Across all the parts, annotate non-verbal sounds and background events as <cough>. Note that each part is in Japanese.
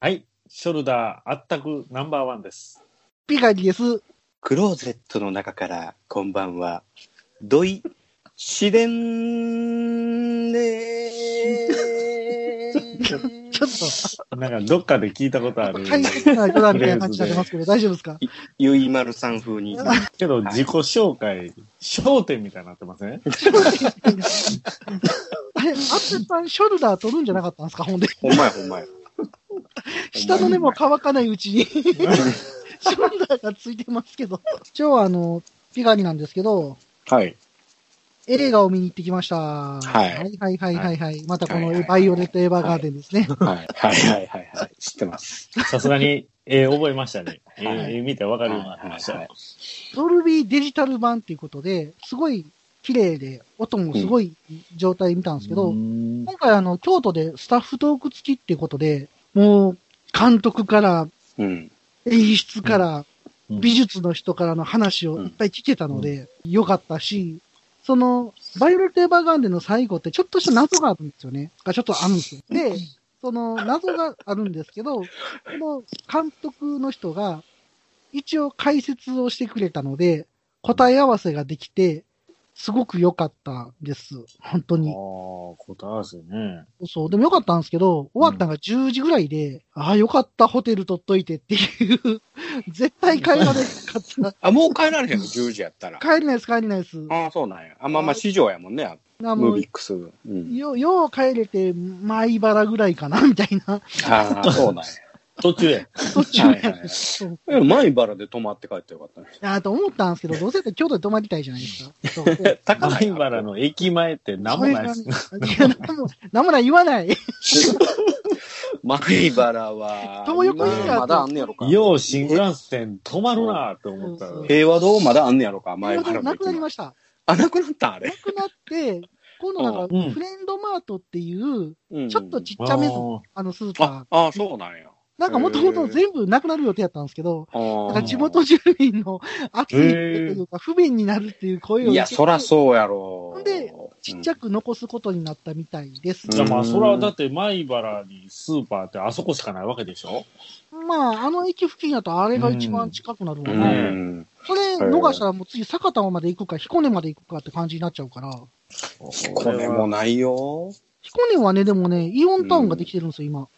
はい。ショルダー、あったくナンバーワンです。ピカリです。クローゼットの中から、こんばんは。土井、自然でーちょっなんか、どっかで聞いたことあと、る。大変な冗談みたいな感じになってますけど、大丈夫ですかゆいまるさん風に。けど、自己紹介、焦点みたいになってませ <laughs> んあれ、アッペさん、ショルダー取るんじゃなかったんですかほんで。ほんまやほんまや。下の根も乾かないうちに、ショルダーがついてますけど。今日は、あの、ピカリなんですけど、はい。映画を見に行ってきました。はいはいはいはいはいはい。またこはいはいはのいバイオレット・エヴァーガーデンですね。はい。はいはいはいはい。知ってます。さすがに、えー、覚えましたね。えはー、い見てわかはるいようになりました。ドルビーデジタル版っていうことで、すごい綺麗で、音もすごい状態見たんですけど、うん今回あの、京都でスタッフトーク付きっていうことで、もう、監督から、うん。演出から、うん美術の人からの話をいっぱい聞けたので、良かったし、その、バイオレット・エヴァーガーデンの最後ってちょっとした謎があるんですよね。がちょっとあるんですよ。で、その謎があるんですけど、この監督の人が一応解説をしてくれたので、答え合わせができて、すごく良かったんです。本当あに。ー、答え合わせね。そう、でもよかったんですけど、終わったのが10時ぐらいで、ああ、よかった、ホテル取っといてって <laughs> いう、絶対帰られなかっあ、もう帰られへんの ?10 時やったら。た。帰れないです、帰れないです。ああ、そうなんや。あ、まあまあ、市場やもんね。なムもーうビックス。うん。よ、よう帰れて、米原ぐらいかな、みたいな。ああ、そうなんや。途中や。途中はいやはいはいそう <laughs> え前原で泊まって帰ってよかったね。あーと思ったんですけど、どうせやって京都で泊まりたいじゃないですか。そう。で高高井原の駅前って何もないです。それがねいや、な <laughs> んも、なんもない言わない。前原は、東横インターと今まだあんねやろか。よう新幹線止まるなって思ったらそうそう平和堂まだあんねやろか、前 <laughs> な原の駅くなりました。あ、なくなったあれ。なくなって、今度なんか、うんフレンドマートっていう、うんちょっとちっちゃめの、ああのスーパーあ、あ、そうなんや。なんかもともと全部なくなる予定やったんですけど、あなんーか地元住民の熱いへ声ーというか、不便になるっていう声を受いけや、てそらそうやろ。ほんで、ちっちゃく。く残すことになったみたいです。ーじゃあまあ、それはだって米原にスーパーってあそこしかないわけでしょまあ、あの駅付近だとあれが一番近くなるわうな。ん。それ逃したらもう次酒田まで行くか、彦根まで行くかって感じになっちゃうから。これもないよ。彦根はね、でもね、イオンタウンができてるんですよ、今。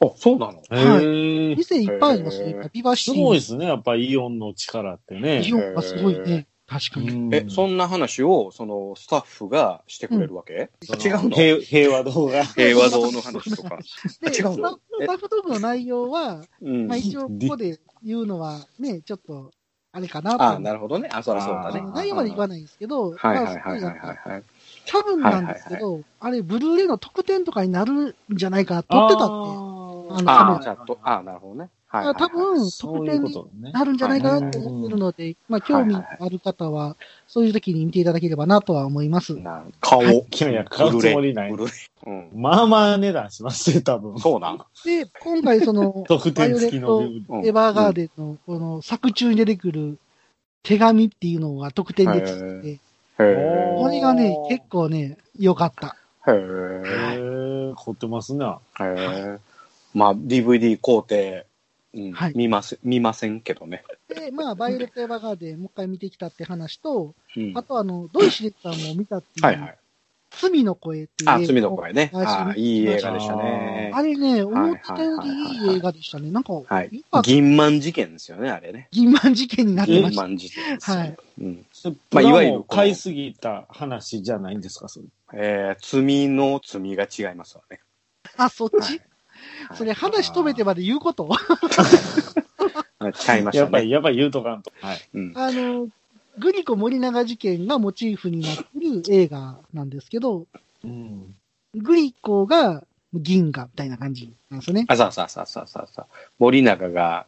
あ、そうなのへー店いっぱいありますね。へービバすシテごいィですね、やっぱイオンの力ってね。イオンがすごいね。確かに。え、そんな話を、その、スタッフがしてくれるわけ違うの平平和動画。平和堂の話とか。で、ス違タうのッフスタッフトークの内容は、うんまあ。一応、ここで言うのはね、ちょっと、あれかなとあ、なるほどね。あ、そらそうだあねの。内容まで言わないんですけど、はいまはあいはいはいはいはい。多分なんですけど、あれ、ブルーレイの特典とかになるんじゃないかな、撮ってたって。あのあカあ、メじゃあ、と、あなるほどね。はいはいは多い。分、そう特いう典こにとね。なるんじゃないかなと思ってるので、まあ、興味ある方は、そういう時に見ていただければなとは思います。なる顔。はいいやいや、買うつもりないブ。ルーレイうん。まあまあ値段しますね、多分。、そうなん。で、今回、その特典付きのビブう <laughs> んエヴァーガーデンの、この作中に出てくる手紙っていうのが特典でついてて、へおーこれがね、結構ね、良かった。へへーー凝ってますな。へーまあ、DVD 工程、うんはい見ませ、見ませんけどね。で、まあ、バイオレット・エヴァーガーデン、もう一回見てきたって話と、うんあと、あの、ドイシレッさんも見たっていう、はいはい。罪の声っていう映画あ、罪の声ね。来週あ見てきましたいい映画でしたね。あれね、思ってたよはいはいはりいはいいはいい映画でしたね。なんか、はい今、銀満事件ですよね、あれね。銀満事件になってま銀した。満事件ですよはいうんまあ、まあいいわわゆゆるる。買いすぎた話じゃないんですか、それ。えー罪の罪が違いますわね。あ、そっはちいはいそれ、話止めてまで言うことあちゃいましやたっぱね。り、やっぱり言うとかんと。はい。うんあの、グリコ森永事件がモチーフになってる映画なんですけど、うん。グリコが銀河みたいな感じなんですよね。あ、さあさあさあさあさあさあ。森永が、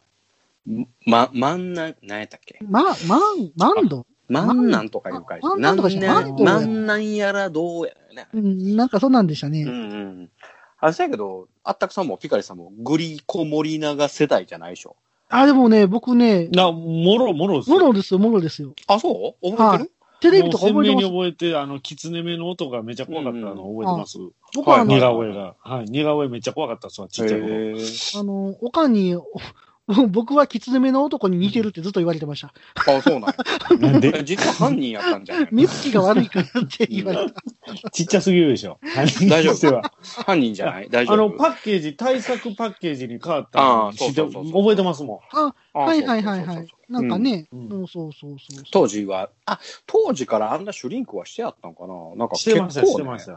ま、まんな、なんやったっけま、まん、マンド万なんとかいう会あ社。万なんとかじゃないん万とかなやんなんやらどうやらね。うん、なんかそんなんでしたね。うんうん。あ、そうやけど、あったくさんもピカリさんもグリコ森永世代じゃないでしょ。あ、でもね、僕ね、な、もろもろですモよロですよ、モロですよ。あ、そう覚えてるテレビもうとか鮮覚え明にてます覚えて、あの、狐目の音がめっちゃ怖かったのを覚えてます。僕はあの、似はい顔絵が。はい。似顔絵めっちゃ怖かったですわ、ちっちゃい頃。へーあの、おかんに、 <laughs> お僕は狐目の男に似てるってずっと言われてました。あ、そうなんや。なんでえ実は犯人やったんじゃ <laughs> ない目つきが悪いからって言われた。ちっちゃすぎるでし <laughs> ょ。大丈夫人としては犯人じゃない大丈あの、夫パッケージ、対策パッケージに変わったあのあそう知ってそう覚そうそうえてますもあはいはいはいそうはそうそういそう。なんかね、ううんん、そうそうそうそう。当時は、あ、当時からあんなシュリンクはしてあったのかななんん。かし結て構、まね、した、して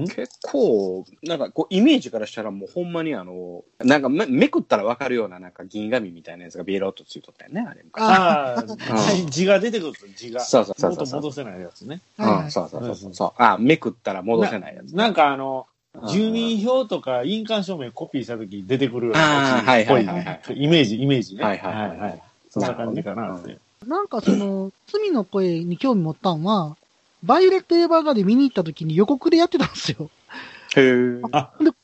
ました。結構、なんかこう、イメージからしたらもうほんまにあの、なんかめめくったらわかるようななんか銀紙みたいなやつがビエロっとついとったよね、あれ昔。あはいあ、字が出てくると字が。そうそうそうそう元戻せないやつね。はいはうんい。そうそうそうそうそう。あ、めくったら戻せないやつ。なんかあの、うん住民票とか印鑑証明コピーしたとき出てくるようあなあはやついっぽはいいはいはいイメージ、イメージね。はいはいはいそんな感じかなって。なんかその、罪の声に興味持ったんは、バイオレット・エヴァーガーで見に行った時に予告でやってたんですよ。へー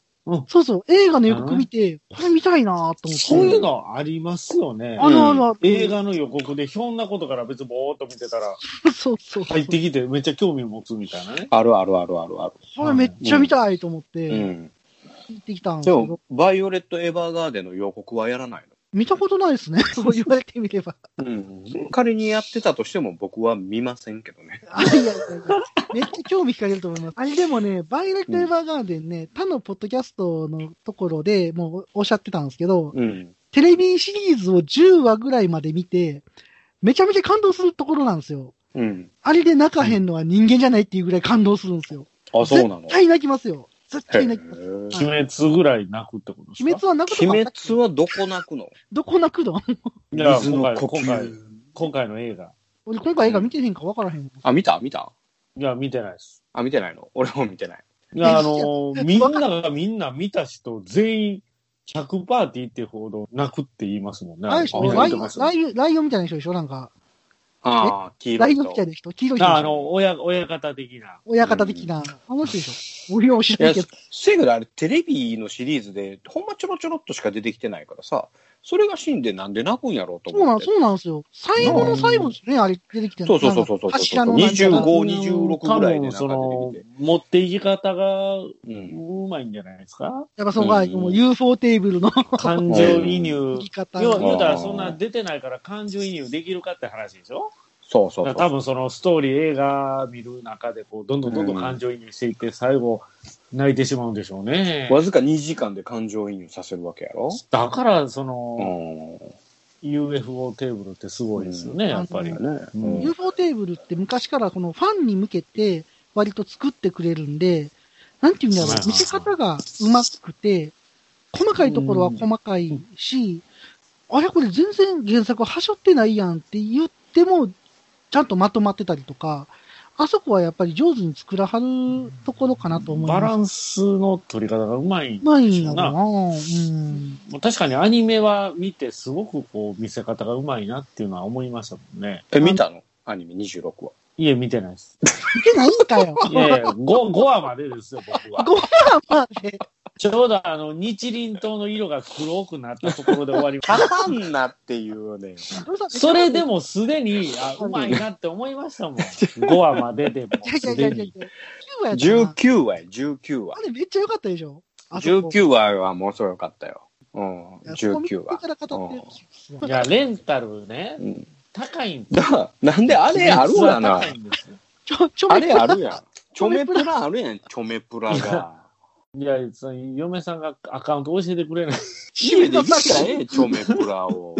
そうそう、映画の予告見て、これ見たいなと思って。そういうのありますよね。あの、あの、映画の予告でひょんなことから別にぼーっと見てたら <laughs> そうそう。入ってきてめっちゃ興味持つみたいなね。あるあるあるあるある。これめっちゃ見たいと思っうて、ん。行ってきたんですでけもど、、バイオレット・エヴァーガーデンの予告はやらない見たことないですね。 <laughs> そう言われてみれば。の。うん。仮にやってたとしても僕は見ませんけどね。あいやいやいやめっちゃ興味惹かれると思います。あれでもね、バイオレット・エヴァーガーデンね、他のポッドキャストのところでもうおっしゃってたんですけど、うん。テレビシリーズを10話ぐらいまで見て、めちゃめちゃ感動するところなんですよ。うん。あれで泣かへんのは人間じゃないっていうぐらい感動するんですよ。あ、そうなの絶。対泣きますよ。絶対泣きます。へー鬼滅ぐらい泣くってことですか鬼滅は泣くと鬼か滅はどこ泣くのどこ泣くのじゃあ水今回、の呼今回、吸。今回の映画。俺今回映画見てへんかわからへん。あ、見た見たいや、見てないです。あ、見てないの俺も見てない。いや、あのー、みんながみんな見た人全員100パーティーってほど泣くって言いますもんね。あれでしょみんなラ見イてオンますよライオンライオンみたいな人でしょなんか、ああ、黄ラ色いイオ人。ンみたいな人、黄色い人あであしょの、親、親方的な。親方的な。あの人でしょ俺は知いらやんけど。、せやけどあれ、テレビのシリーズで、ほんまちょろちょろっとしか出てきてないからさ、それが死んでなんで泣くんやろうとそう思なん、って。そうなんですよ。最後の最後ですね、あれ出てきてるそうそうそうそうそうなんか柱のなんちゃら25 26ぐらいでなんか出てきて多分その、持っていき方がううん。まいんじゃないですかやっぱそうか、うんもう UFO テーブルの感情移入言。い方要は言うたあらーそんな出てないから感情移入できるかって話でしょそうそうそう。だから多分そのストーリー、映画見る中でこう、どんどんどんどん感情移入していって、最後泣いてしまうんでしょうね。わずか2時間で感情移入させるわけやろだから、そうの、ん。 UFO テーブルってすごいですよね、んやっぱりあ。ねうんうん UFO テーブルって昔からこのファンに向けて割と作ってくれるんで、なんていうんだろ、はいう見せ方がうまくて、細かいところは細かいし、あれこれ全然原作はしょってないやんって言っても、ちゃんとまとまってたりとか、あそこはやっぱり上手に作らはるところかなと思いバラます。ンスの取り方がうまい。うまいんだろうな。うん。確かにアニメは見て、すごくこう、見せ方がうまいなっていうのは思いましたもんね。え、見たのアニメ26話。いえ、見てない <laughs> です。見てないんか <laughs> よ。いやいや、5、5話までですよ、僕は。ご飯まで。ちょうどあの、日輪刀の色が黒くなったところで終わりまパしタンなっていう <laughs> ね。た。それでもすでに、あ、うまいなって思いましたもん。5話まででもいやいやすいやでいやいに。や。9話やったな。 19話や、19話あ。れめっちゃ良かったでしょあそこ19話はもうすごかったよ。うん、いやそこ見て19話。から語ってるいや、レンタルねう、ん。高いんですだよから、 <laughs> なんであれあるわな高。いんですよちょ、ちょあめくれらあるやん。チョメメププラあるやん、チョメプラが。いや、その嫁さんがアカウント教えてくれない。チビで見たらええ、チョメプラを。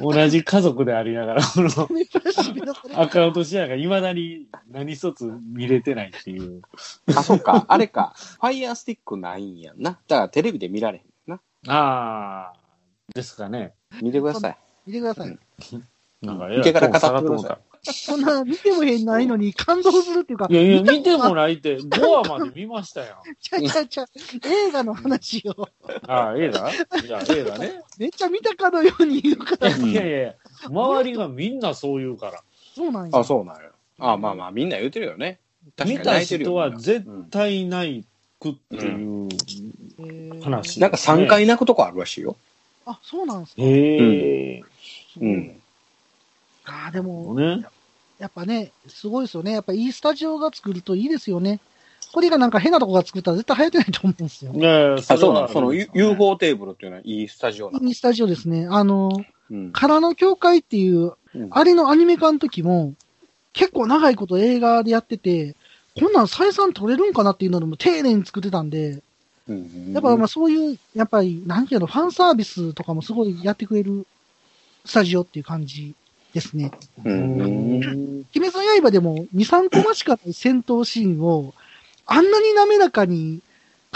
同じ家族でありながら、 <laughs> このめくら締め出されアカウントシェアがいまだに何一つ見れてないっていう。 <laughs> あ、そっか、あれか。ファイヤースティックないんやんな。だからテレビで見られへんな。ああ、ですかね。見てください。見てください。なんか、見てから語ってくださ下がいもうたそんな、見てもへんないのに感動するっていうか、いやいや、見てたもないって、5話まで見ましたやん。ちゃちゃちゃ、映画の話を、ああ、映画いや、映画ね。めっちゃ見たかのように言うから、んいやいやいや、周りがみんなそう言うから。そうなんや。あ、そうなんや。あ、まあまあ、みんな言うてるよね。確見かにた泣いてるよ。人はみんな絶対ないくっていうへー話。なんか3回泣くとこあるらしいよ。あ、そうなんすか。へえ。うん。あー、でも、ね。やっぱね、すごいですよね。やっぱいいスタジオが作るといいですよね。これがなんか変なとこが作ったら絶対流行ってないと思うんですよ。ねえ、あ、そうなのれはその U- うん UFO テーブルっていうのはいいスタジオなのいいスタジオですね。あの、うん。空の教会っていう、うんあれのアニメ化の時も、結構長いこと映画でやってて、こんなん採算取れるんかなっていうのでも丁寧に作ってたんで、うんやっぱまあそういう、やっぱり、なんていうの、ファンサービスとかもすごいやってくれるスタジオっていう感じですね。うん鬼滅の刃でも2、3コマしかない戦闘シーンを、あんなに滑らかに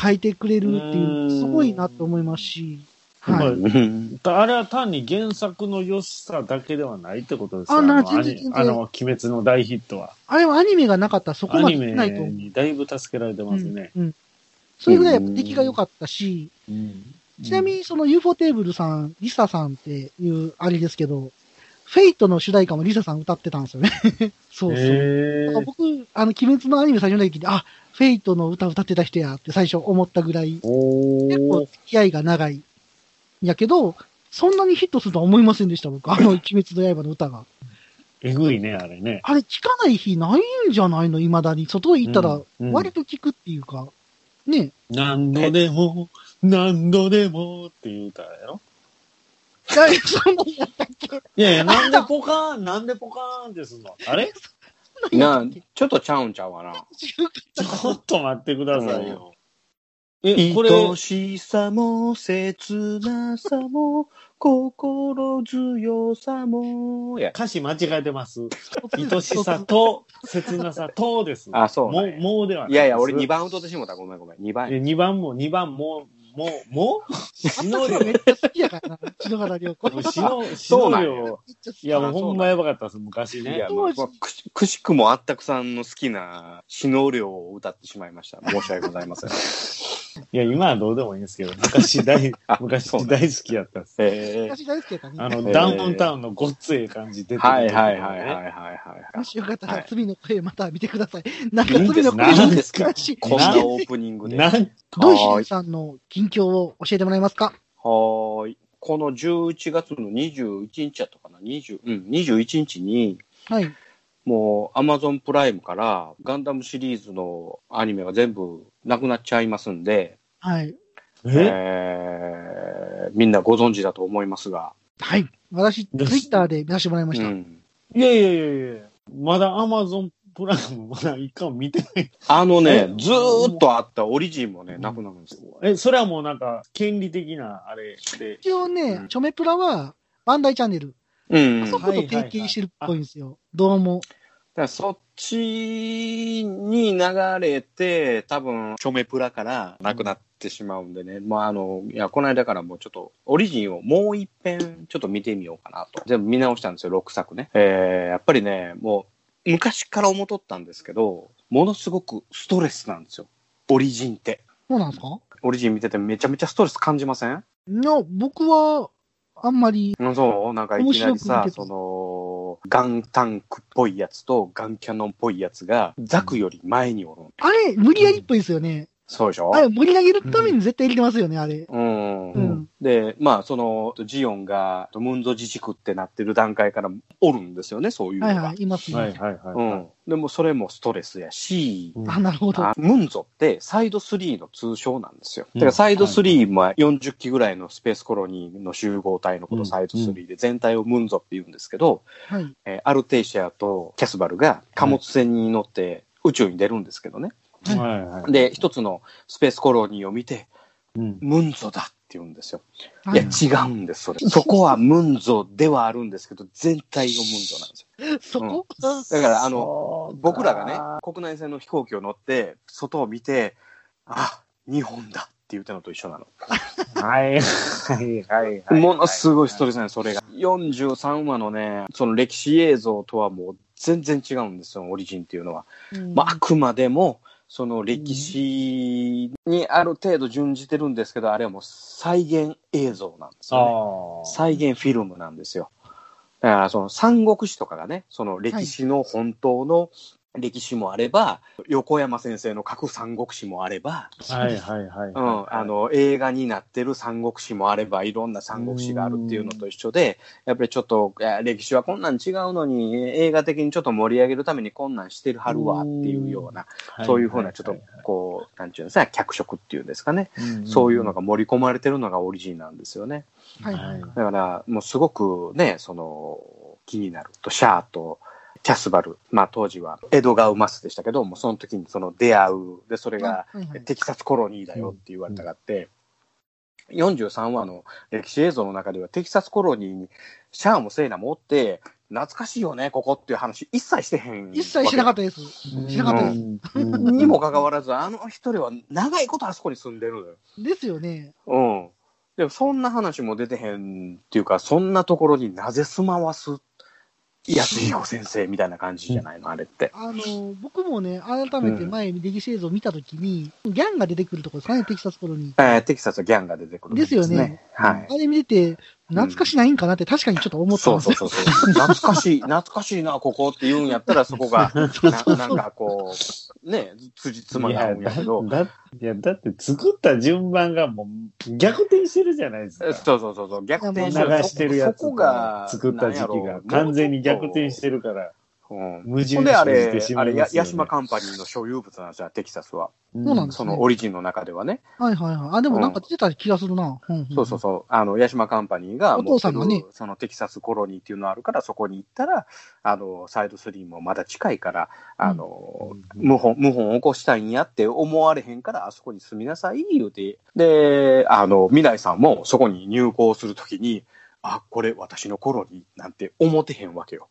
変えてくれるっていうう、んすごいなと思いますし、まはい。うんあれは単に原作の良しさだけではないってことですよあなあのア全然ニ全然あの、鬼滅の大ヒットは。あれはアニメがなかったらそこアまでニでメきないと思う。にだいぶ助けられてますね。うんうんそれぐらいやっぱ出来が良かったし、ちなみに、にその UFO テーブルさん、リサさんっていうあれですけど、フェイトの主題歌もリサさん歌ってたんですよね。 <laughs> そうそう。へだーから僕、あの、鬼滅のアニメ最初の時に、あ、フェイトの歌歌ってた人やって最初思ったぐらい、お結構ー付き合いが長い。やけど、そんなにヒットするとは思いませんでした、僕。あの、鬼滅の刃の歌が。えぐいね、あれね。あれ、聞かない日ないんじゃないの未だに。外行ったら、うん割と聞くっていうか。ね <laughs> 何度でも、何度でもって言うたらやろえ。いやそんなんやったっけそんいやいや、なんでポカーン、なんでポカーンってすんのあれ <laughs> なんやなっあたっけちょっとちゃうんちゃうかな。違うかちょっと待ってくださいよ。え、これ、愛しさも切なさも心強さもや。歌詞間違えてます。愛しさと、切なさとです。あそうもなんうや、もうではないいです。やいや、俺2番歌ってしもた。ごめんごめん。2番。え。2番も、2番も、もう、もう死のうよめっちゃ好きやからな、篠原涼子。めっち死のう、死そのうなうんやよ。ゃ好いき。や、もうほんまやばかったです、昔いねや、。まあまあくしくしくもあったくさんの好きな死の量を歌ってしまいました。申し訳ござ <laughs> いません。いや、今はどうでもいいんですけど、昔大、 <laughs> あ昔そうなん大好きやったっす。えー昔大好きやったね。あへの、ーダウンタウンのごっつええ感じ出てくる。はいはいはいはいはいいはいも。しよかったはらい、罪の声また見てください。なんかいいんで罪すの声なんですかこんなオープニングで。はなん、どうしさんの近況を教えてもらえますかーい。この11月の21日やったかな ?20、うん、21日に、はい。もう Amazon プライムからガンダムシリーズのアニメが全部なくなっちゃいますんで、はい。ええーみんなご存知だと思いますが。はい。私、ツイよしッターで見させてもらいましうた。んいやいやいやいや、まだアマゾンプライムまだ一回も見てない。あのねえ、ずーっとあったオリジンもね、なくなるんですよ。え、それはもうなんか、権利的なあれで。一応ね、うんチョメプラは、バンダイチャンネル、うん。そだこかと提携してるっぽいんですよ。どうも。らそっちに流れて、多分、チョメプラからなくなってしまうんでね。まあ、あの、いや、この間からもうちょっと、オリジンをもう一遍、ちょっと見てみようかなと。全部見直したんですよ、6作ね。えー、やっぱりね、もう、昔から思っとったんですけど、ものすごくストレスなんですよ。オリジンって。そうなんですかオリジン見ててめちゃめちゃストレス感じませんいや、僕は、あんまり、うんそうなんかいきなり面白く見さて、たその、ガンタンクっぽいやつとガンキャノンっぽいやつが、ザクより前におる。あれ、無理やりっぽいですよね。そうでしょあれ、無理やりるために絶対入れてますよね、あれ。うん、うんん。で、まあ、その、ジオンが、ムンゾ自治区ってなってる段階からおるんですよね、そういうのはが。いはい、いますね。はいはいはいうはい。ん。でも、それもストレスやし、うんあ、なるほど。あムンゾってサイド3の通称なんですよ。うんだからサイド3も40機ぐらいのスペースコロニーの集合体のことをサイド3で全体をムンゾって言うんですけど、はい。えーアルテイシアとキャスバルが貨物船に乗って宇宙に出るんですけどね。はいはい。で、一つのスペースコロニーを見て、うん、ムンゾだって言うんですよ。いはや、い、違うんです、それ。そこはムンゾではあるんですけど、全体がムンゾなんですそこ、よ。だから、あの、の僕らがね、国内線の飛行機を乗って、外を見て、あ、日本だって言ったのと一緒なの。はいはいはいはい。ものすごいストレレスなんですそれが。43話のね、その歴史映像とはもう全然違うんですよ、オリジンっていうのは。うんまあ、あくまでも、その歴史にある程度準じてるんですけど、あれはもう再現映像なんですよ、ね。ス。あ再現フィルムなんですよ。だから、その三国志とかがね、その歴史の本当の、歴史もあれば、横山先生の書く三国志もあれば、はいはいはい。うん、あの、映画になってる三国志もあれば、いろんな三国志があるっていうのと一緒で、やっぱりちょっと、いや歴史はこんなん違うのに、映画的にちょっと盛り上げるためにこんなんしてるはるわっていうような、はい、そういうふうな、ちょっはといは、こう、なんていうんですか、脚色っていうんですかね。いはいはいそういうのが盛り込まれてるのがオリジンなんですよね。はいはいだから、もうすごくね、その、気になると、シャーと、キャスバル、まあ当時はエドガー・ウマスでしたけど、もうその時にその出会う、で、それが、はいはいテキサスコロニーだよって言われたがって、43話の歴史映像の中ではテキサスコロニーにシャアもセイナもおって、懐かしいよね、ここっていう話一切してへん。。一切しなかったたです。うんしなかったですうんにもかかわらず、あの一人は長いことあそこに住んでるのよ。ですよね。うん。でもそんな話も出てへんっていうか、そんなところになぜ住まわす安彦先生みたいな感じじゃないの、あれって。あの、僕もね、改めて前に歴史映像を見たときに、ギャンが出てくるところですかね、テキサス頃に。えーテキサスはギャンが出てくるんですよね。はいあ。れ見てて、懐かしないんかなって確かにちょっと思ったそんうですそうそうそう。懐かしい、懐かしいな、ここって言うんやったら、そこ <laughs> が、ななんかこう、ね、辻褄いが合やうんやだけど、だいやだって作った順番がもう逆転してるじゃないですか。そうそうそうそう、逆流転してるしてるやつそことが、作った時期が完全に逆転してるから、る。うん矛盾ほんで、あ生じれてし、まあいれ、まやすよヤねシマカンパニーの所有物なんですよ、テキサスは。うんそうなんですそのオリジンの中ではね。はいはいはい。あ、でもなんか出てた気がするな。うんんそうそうそう。あの、ヤシマカンパニーが、お父さんがね持ってるそのテキサスコロニーっていうのあるから、そこに行ったら、あの、サイドスリーもまだ近いから、あの、謀反、謀反を起こしたいんやって思われへんから、あそこに住みなさい、言うて。で、あの、未来さんもそこに入校するときに、あ、これ私の頃になんて思ってへんわ <laughs> けよ。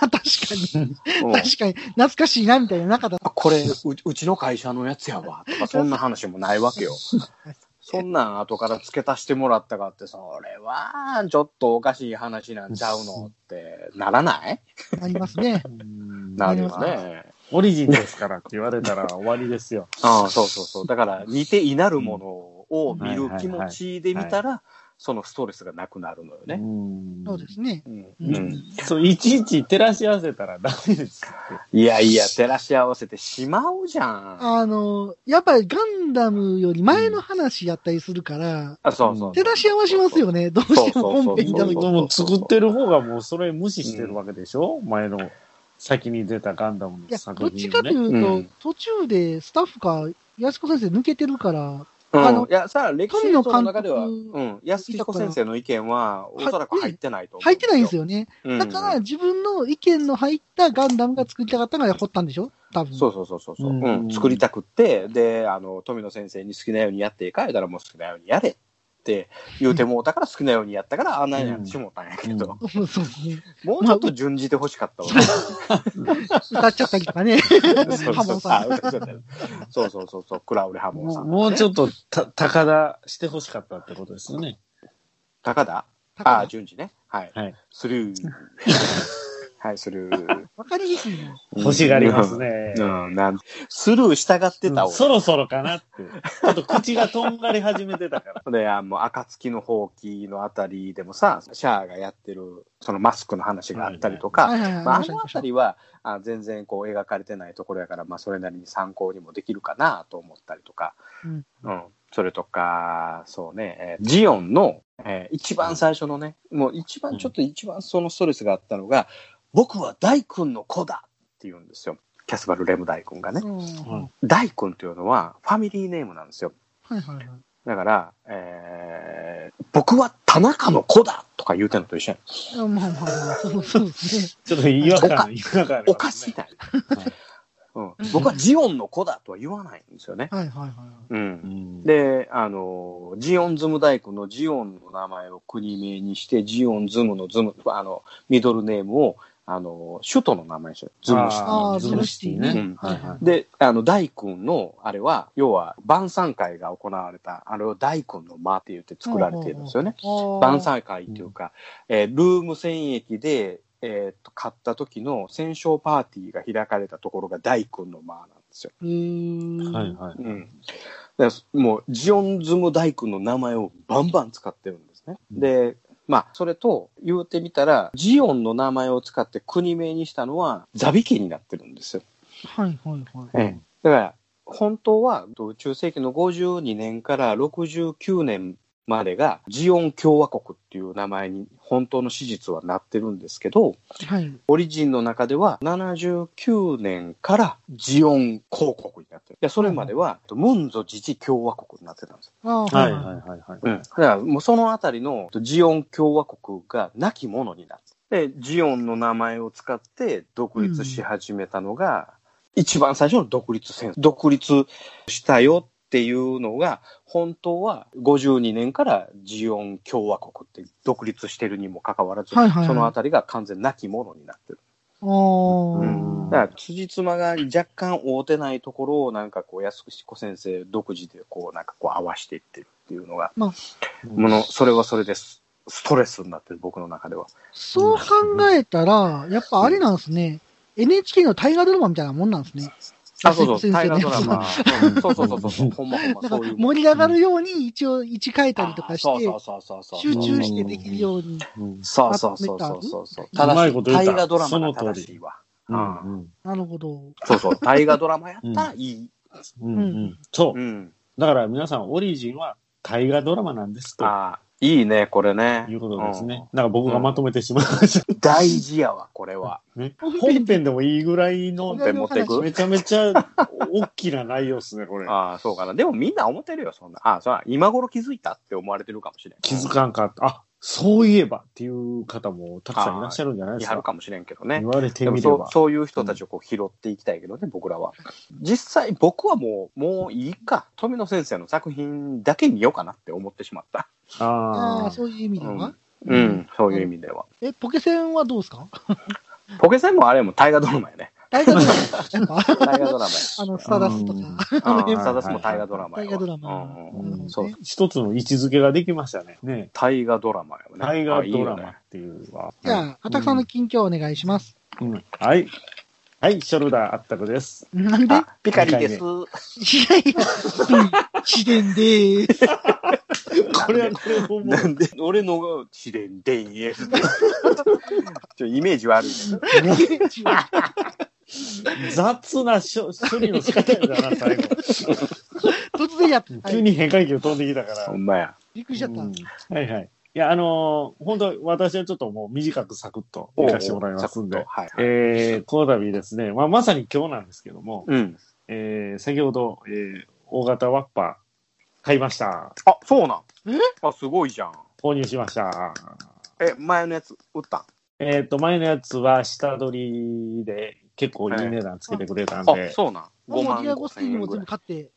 確かに。うん確かに、懐かしいな、みたいな中だっあこれう、うちの会社のやつやわ、 <laughs> とか、そんな話もないわけよ。そんなん後から付け足してもらったかって、それは、ちょっとおかしい話なんちゃうのって、ならないた。ありますね。うんなるよね。オリジンですからって言われたら終わりです <laughs> よ。ああ、そうそうそう。だから、似ていなるものを見る気持ちで見たら、そのストレスがなくなるのよね。うんそうですね。うんうんうんそういちいち照らし合わせたらダメです。いやいや、照らし合わせてしまうじゃん。あの、やっぱりガンダムより前の話やったりするから、あ、そうそう。照らし合わしますよね。どうしても本そう編でにそうなものでに。も作ってる方がもうそれ無視してるわけでしょ、前の先に出たガンダムいのや、作どっち品かをとね。いうと、うん途中でスタッフか、安子先生抜けてるから、うんあのいや、さあ、歴史の中では、う神のん、安彦先生の意見は、おそらく入ってないと思う。入ってないんですよ。よね。うんだから、自分の意見の入ったガンダムが作りたかったから掘ったんでしょ多分。そうそうそうそう。ううんん、作りたくって、で、あの、富野先生に好きなようにやってええかえたらもう好きなようにやれって言うてもうたから好きなようにやったから、あんなになってしもうたんやけど、うんそうですね。もうちょっと順次で欲しかったわ。歌っちゃったりとかね。そうハそモンうそうさん。あ嘘嘘そうそうそうそう、クラウレハモンもさ。うんもうちょっとた高田してほしかったってことですよね。高田ああ、順次ね。はい。はいスルー。はい、スルー。わかりにくいな。欲しがりますね。うん。うん、なんスルーしたがってたうん俺そろそろかなって。ちょっと口がとんがり始めてた <laughs> から。で、あもう、暁の放棄のあたりでもさ、シャアがやってる、そのマスクの話があったりとか、はいはいはい。まあ、ありのまあしたたりは、あ全然こう描かれてないところやから、まあ、それなりに参考にもできるかなと思ったりとか、うんそれとか、そうね、えージオンの、えー一番最初のね、もう一番、ちょっと一番そのストレスがあったのが、僕は大君の子だって言うんですよ。キャスバル・レム大君がね。うんん大君というのはファミリーネームなんですよ。はいはいはい。だから、えー僕は田中の子だとか言うてんのと一緒やんいやまあまあまあ、そうそうですね。ちょっと違和感、違和感ありますねおかしい。な、うん。僕はジオンの子だとは言わないんですよね。はいはいはう。うんんで、あの、ジオンズム大工のジオンの名前を国名にして、ジオンズムのズム、あの、ミドルネームを、あの、首都の名前にしてる、ズムシティ。ああーーズムシティね。うんはいはいで、あの、大君の、あれは、要は、晩餐会が行われた、あれを大君の間って言って作られているんですよね。い。晩餐会というか、えールーム戦役で、えーっと買った時の戦勝パーティーが開かれたところが大君の間なんですよ。うーん。はいはい。うん、だからもうジオンズム大君の名前をバンバン使ってるんですね。うんでまあそれと言うてみたらジオンの名前を使って国名にしたのはザビ家になってるんですよ。はいはいはい。えだから、本当は、と中世紀の52年から69年までが、ジオン共和国っていう名前に本当の史実はなってるんですけど、はい。オリジンの中では79年からジオン公国になってる。いや、それまでは、ムンゾ自治共和国になってたんですよ。ああ、えははいいははいい。はいはい。だから、もうそのあたりのジオン共和国が亡き者になって、で、ジオンの名前を使って独立し始めたのが、一番最初の独立戦争。独立したよっていうのが、本当は52年からジオン共和国って独立してるにもかかわらず、はいはいはいそのあたりが完全亡き者になってる。ああ、うんだから、辻褄が若干合うてないところを、なんかこう、安子先生独自で、こう、なんかこう、合わしていってるっていうのが、もの、それはそれです。ストレスになってる、僕の中では。そう考えたら、やっぱあれなんですね。NHK の大河ドラマみたいなもんなんですね。あ、そうそう、安大井先生のや河ドラつマ。 <laughs> そうそうそうそうそう、ほんまほんま、だかそういらう。盛り上がるように一応位置変えたりとかあして、そうそうそうそう。集中してできるように。うんそうそうそうそうそうそう。たうまだいしこい、と言っ大た河ドラマがその通正りしいわ。ううんんうんなるほど。そうそう、大河ドラマやったらいい。うんうんんそうう。ん。だから皆さん、オリジンは大河ドラマなんですとああ、いいね、これね。いうことですねうん。。なんか僕がまとめてしまいました。大事やわ、これは。ね、本編でもいいぐらいの本、編持っていくめちゃめちゃ大きな内容ですね、これ。ああ、そうかな。でもみんな思ってるよ、そんな。ああ、そうだ今頃気づいたって思われてるかもしれん。気づく。かんかった。あ、そういえばっていう方もたくさんいらっしゃるんじゃないですやるか。かもしれんけどね言。われてでもみれそうば。そういう人たちをこう拾っていきたいけどね、僕らは。実際、僕はもう、もういいか。富野先生の作品だけ見ようかなって思ってしまった。ああ、ああ。そういう意味では。うん、うんそういう意味では。え、ポケセンはどうですかポケセンもあれも大河ドラマやね。大河ドラ <laughs> マやっぱ大河ドラマや。あの、スターダストとか。ああ、辺サダスも大河ドラマやわ。大河ドラマうんうんうんうんそうそう。一つの位置づけができましたね。ね。大河ドラマやわ大河ね。ドラあいいよマねっていうのは。じゃあ、アタクさんの近況お願いします。うんはい。はい、ショルダーあったくです。なんであ、ピカリです。いやいや、自伝でーす。これはこれをもなんで俺のが試練でんえ。ちょ、イメージ悪いね。う雑なしょ処理の仕方やったな、最後。 <laughs> 突然やった。はい急に変化球飛んできたからほ。んまや。びっくりしちゃった。うんはいはい。いや、あのー本当私はちょっともう短くサクッといかしてもらいますんおうでおう。サクッとはい。えー、この度ですね、まあ、まさに今日なんですけども、うん。えー、先ほど、えー、大型ワッパー買いました。あ、そうなん。えあ、すごいじゃん。購入しました。え、前のやつ、打ったんえっ、と、前のやつは下取りで結構いい値段つけてくれたんあ、で、そうなん。もう5デ万ィアゴス5ティー千ニ円もぐ全部らい。買って、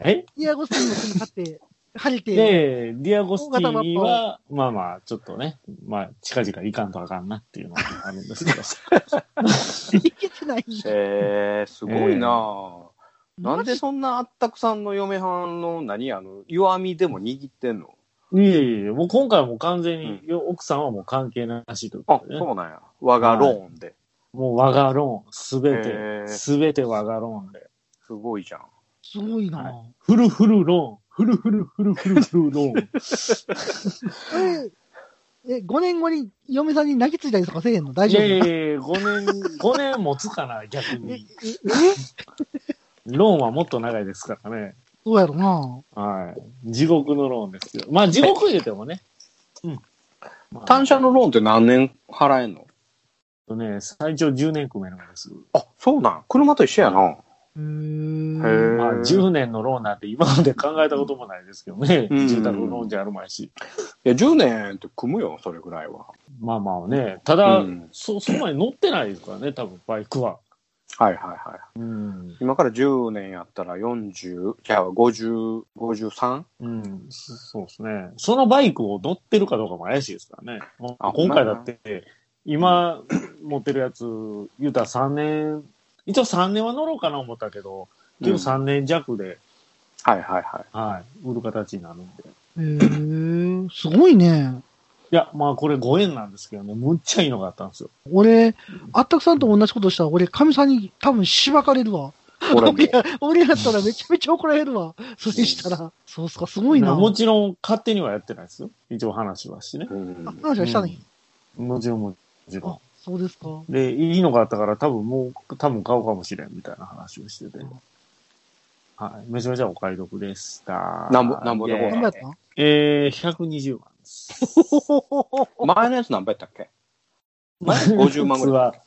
えディアゴスティーニも全部買って、借りて、で、ディアゴスティーニは、まあまあ、ちょっとね、まあ、近々いかんとあかんなっていうのがあるんですけど、いけてない。えー、すごいなぁ。なんマでジそんなあったくさんの嫁はんの、何あの、弱みでも握ってんのいえいえ、もう今回はもう完全に、奥さんはもう関係なしというこ、あとでね、そうなんや。我がローンで。もう我がローン、すべへて、ーすべて我がローンで。すごいじゃん。すごいな、はフルフルローン。フルフルフルフルフルロー <laughs> ン。え、え、5年後に嫁さんに泣きついたりとかせえへんの大い丈夫やいやいや、5年、 <laughs> 五年持つかな、逆え、えに。、えローンはもっと長いですからね。そうやろなはい。地獄のローンですよ。まあ、地獄言うてもね。うん。まあ単車のローンって何年払えんのえっとね、最長10年組めるんです。あ、そうなん。車と一緒やな。うーん。へーまあ、10年のローンなんて今まで考えたこともないですけどね。うん住宅ローンじゃあるまいし。いや、10年って組むよ、それぐらいは。まあまあね。ただ、うんそ、そこまで乗ってないですからね、多分、バイクは。はいはいはい。うん。今から10年やったら40、じゃあ50、53? うん、そそうですね。そのバイクを乗ってるかどうかも怪しいですからね。もうあ今回だって、今持ってるやつ、言うたら3年、一応3年は乗ろうかな思ったけど、結うん局3年弱で、はいはいはい。はい、売る形になるんで。へーすごいね。いや、まあこれご縁なんですけどね、むっちゃいいのがあったんですよ。俺、あったくさんと同じことしたら、俺、神さんに多分しばかれるわ。俺 <laughs> もい。や、俺やったらめちゃめちゃ怒られるわ。それしたら。そうっすか、すごいな。もちろん勝手にはやってないですよ。一応話はしてね。うんあ話はしたね。もちろんもちろん。そうですか。で、いいのがあったから、多分もう、多分買おうかもしれん、みたいな話をしてて。はい。めちゃめちゃお買い得でした。なんぼなんぼでイエーイ何だったのえー、120万です。前のやつ何倍やったっけ前50万ぐら <laughs> いい。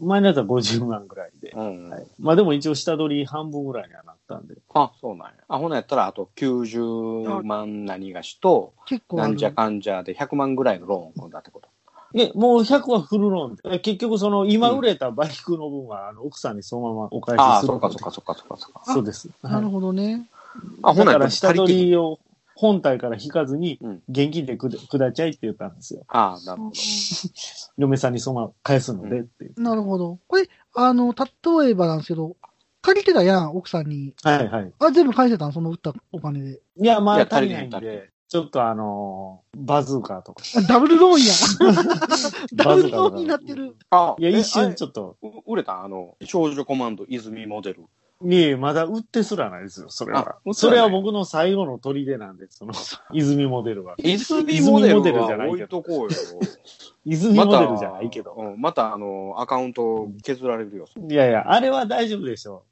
前のやつは50万ぐらいで。うん。はい、まあでも一応下取り半分ぐらいにはなったんで。あ、そうなんや。あ、ほなやったら、あと90万何がしと、結構あなるんじゃかんじゃで100万ぐらいのローンを組んだってこと。で、もう100はフルローンで。え結局その今売れたバイクの分は、あの奥さんにそのままお返しああ、するそのっでかそっかそっかそっかそっか。 <laughs> そうです。なるほどね。あ、ほだなかやらった下ら足り取てりを本体から引かずにうん、現金でくだくだちゃいって言ったんですよ。ああ、なるほど。嫁さんにそのまま返すのでっていう。なるほど。これ、あの、例えばなんですけど、借りてたやん、奥さんに。はいはい。あ、全部返せたんその売ったお金で。いや、まいあや足りないん足りないで、ちょっとあのーバズーカとか。あダブルローンや。ダブルローンになってる。あいや、一瞬ちょょっっと、と。売れたあの、少女コマンド泉モデル。いえ、まだ売ってすらないですよ、それあは。売ってそはなれいは僕の最後の砦なんで、その、泉モデルは。泉モモデデルルじゃなはい置けいどとこうよ。泉モデルじゃないけど。また、うんまたあの、アカウント削られるよ。いやいや、あれは大丈夫でしょ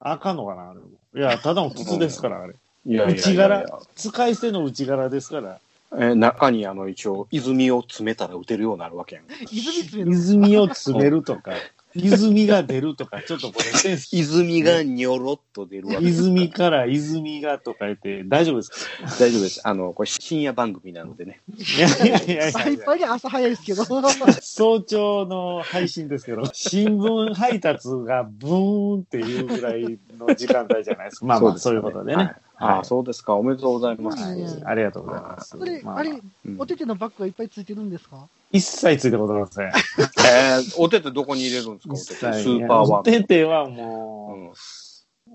う。あかんのかな、あれも。いや、ただの筒ですから、あれ。いやいやいや内柄使い捨ての内柄ですから。えー中にあの、一応、泉を詰めたら打てるようになるわけやん。泉詰めの。泉を詰めると <laughs> か、泉が出るとか、ちょっとこれセンス。泉がにょろっと出るわけです <laughs> から泉から泉がとか言って、大丈夫ですか大丈夫です。あの、これ深夜番組なのでね。いやいやいやいやいっいやぱいで朝早いですけど。早朝の配信ですけど、新聞配達がブーンっていうぐらいの時間帯じゃないですか。まあまあ、ですそうねいうことではねい。ああ、そうですか。おめでとうございます。はいありがとうございます。それ、まあまああれ、うんお手手のバッグがいっぱいついてるんですか一切ついたことありません。えーお手ってどこに入れるんですかお一切手って。スーパーワおン。手手はうもんう、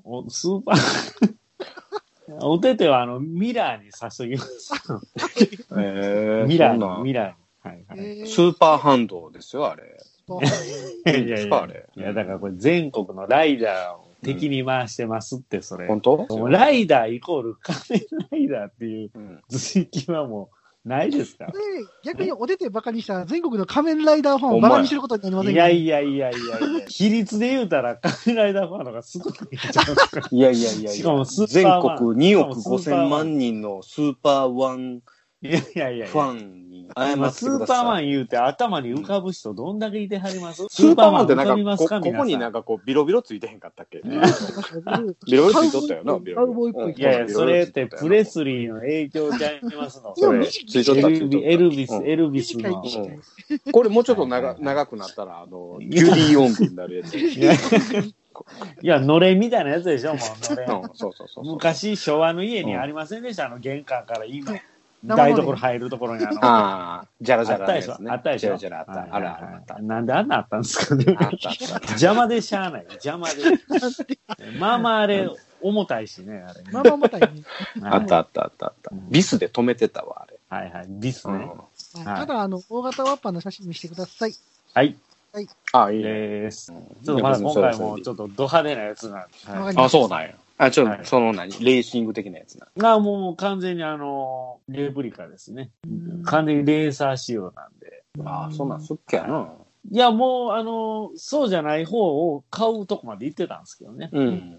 おスーパー、 <laughs> お手手はあの、ミラーに差しときます。えーミラそんーなに、ミラーに。はいはい。えスーパーハンドですよ、あれ。いやいやいあやれ。いや、だからこれ全国のライダーを敵に回してますって、それ。本当もうライダーイコール仮面ライダーっていううん図式はもうないですかで、逆にお手手バカにしたら全国の仮面ライダーファンをバカにすることになりまら。せんいかやいやいやいやいや。比率で言うたら仮面ライダーファンの方がすごくいいじゃないですか。いやいやいやいやしかもスー全パーワン国2億しかも5スーパーワン千万人のスーパーワンいやいやいやいや。ファンに謝今ってスくーだパーマさい。ン言うて頭に浮かぶ人どんだけいてはりますスーパーマンってスなーんパーマ浮びまかこ、すこかこになんか。かこう、ビロビロついてへんかったっ <laughs> けいビロビロついとったよな、ビカロウビボーロイっぽいい。やいや、それってプレスリーの影響ちゃいますの。そいれやついとっエたルビエルビスう、んエルビス短いの。短い。これもうちょっとは長いはいはい長くなったら、あの、ギュディ音符になるやつ。う <laughs> んいや、いやのれんみたいなやつでしょ、もう、のれん。そうそうそうそう。昔、昭和の家にありませんでした、あの玄関から今、生台所入るところにあの、あああ、じゃらじゃっらたのでやしつょ、ね。あったでしょ。じゃらじゃらあった。はあいるはいあるあった。なんであんなあったんですかね。あったあった。邪魔でしゃあない。邪魔 <laughs> で。まあまああれ、重たいしね、あれ。まあまあまたいね。はいあったあったあったあった。ビスで止めてたわ、あれ。はいはい。ビスうねん。はいはいただ、あの、大型ワッパーの写真見してください。はい。ああ、いいね。です。うんちょっとまだ今回もちょょっとド派手なやつなんで。わはかいりあ、ましたそうなんや。あ、ちょっはいと、その何レーシング的なやつな。がもう完全にあの、レプリカですね。うん完全にレーサー仕様なんで。ああ、そんなんすっきやな。いや、もう、あの、そうじゃない方を買うとこまで行ってたんですけどね。うん。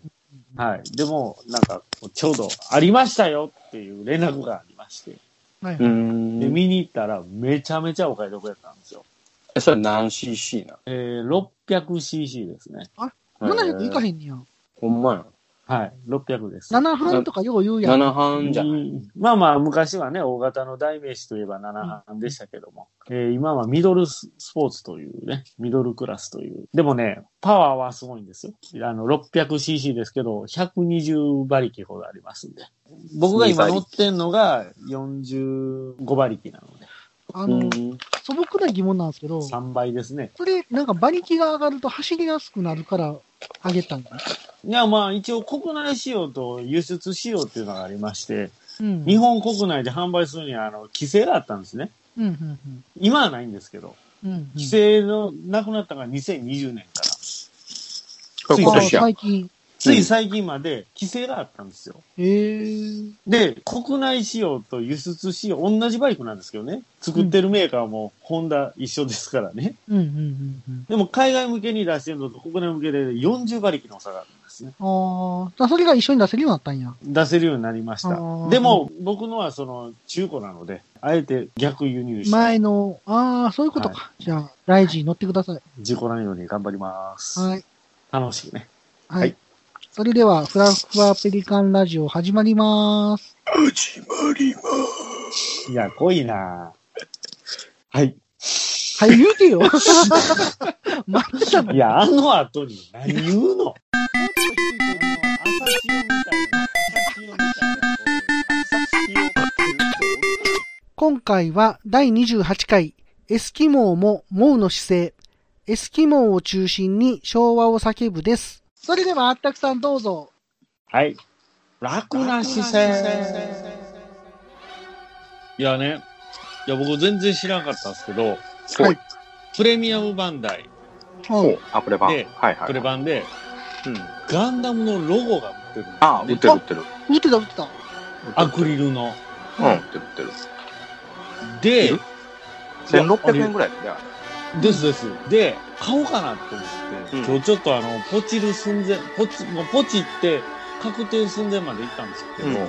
はい。でも、なんか、ちょうど、ありましたよっていう連絡がありまして。はいはうい。で、ん。見に行ったら、めちゃめちゃお買い得やったんですよ。えそれ何 cc なえー、600cc ですね。 700いかへんねや。ほんまや。はい。600です。 7半とかよう言うやん。 7半じゃうない。んまあまあ、昔はね、大型の代名詞といえば7班でしたけども、えー今はミドルススポーツというね、ミドルクラスという。でもね、パワーはすごいんですよ。あの、600cc ですけど、120馬力ほどありますんで。僕が今乗ってんのが45馬力なので、あうの、ん素朴な疑問なんですけど、 3倍ですね。それ、なんか馬力が上がると走りやすくなるから、上げたんだ。いや、まあ一応国内仕様と輸出仕様っていうのがありまして、うん。日本国内で販売するには、あの、規制があったんですね。うん、うん、うん。今はないんですけど。うんうん。規制のなくなったのが2020年から。これ今年や。最近。つい最近まで規制があったんですよ。えー、で、国内仕様と輸出仕様、同じバイクなんですけどね。作ってるメーカーもホンダ一緒ですからね。うんうんうんうん。でも海外向けに出してるのと国内向けで40馬力の差があるんですね。ああ、それが一緒に出せるようになったんや。出せるようになりましあたー。でも僕のはその中古なので、あえて逆輸入して、前の、ああ、そういうことか。じゃあ、ライジに乗ってください。事故ないように頑張ります。はい。楽しくね。ははいい。それでは、ふわふわペリカンラジオ始まります。始まりまいや、濃いなはい。はい、言うて <laughs> よ。待ってたのいや、あの後に何言うの朝日を見たいな朝日を見たいな今回は第28回、エスキモーも、モウの姿勢、エスキモーを中心に昭和を叫ぶです。それでは、あったくさんどうぞ。はい。楽な姿勢。いやね、いや、僕全然知らなかったんですけど、す。はい。プレミアムバンダイ、ほうアプレ版。はいではいはい。プレ版で、うん。ガンダムのロゴが売ってるんですよねあ、売ってる売ってる。打ってた、打ってた。アクリルの。うん、売ってる売ってる。でえ、1600円ぐらいだよね。ですです。で、買おうかなと思って、うん今日ちょっとあの、ポチる寸前、ポチ、もうポチって確定寸前まで行ったんですけど、うんはい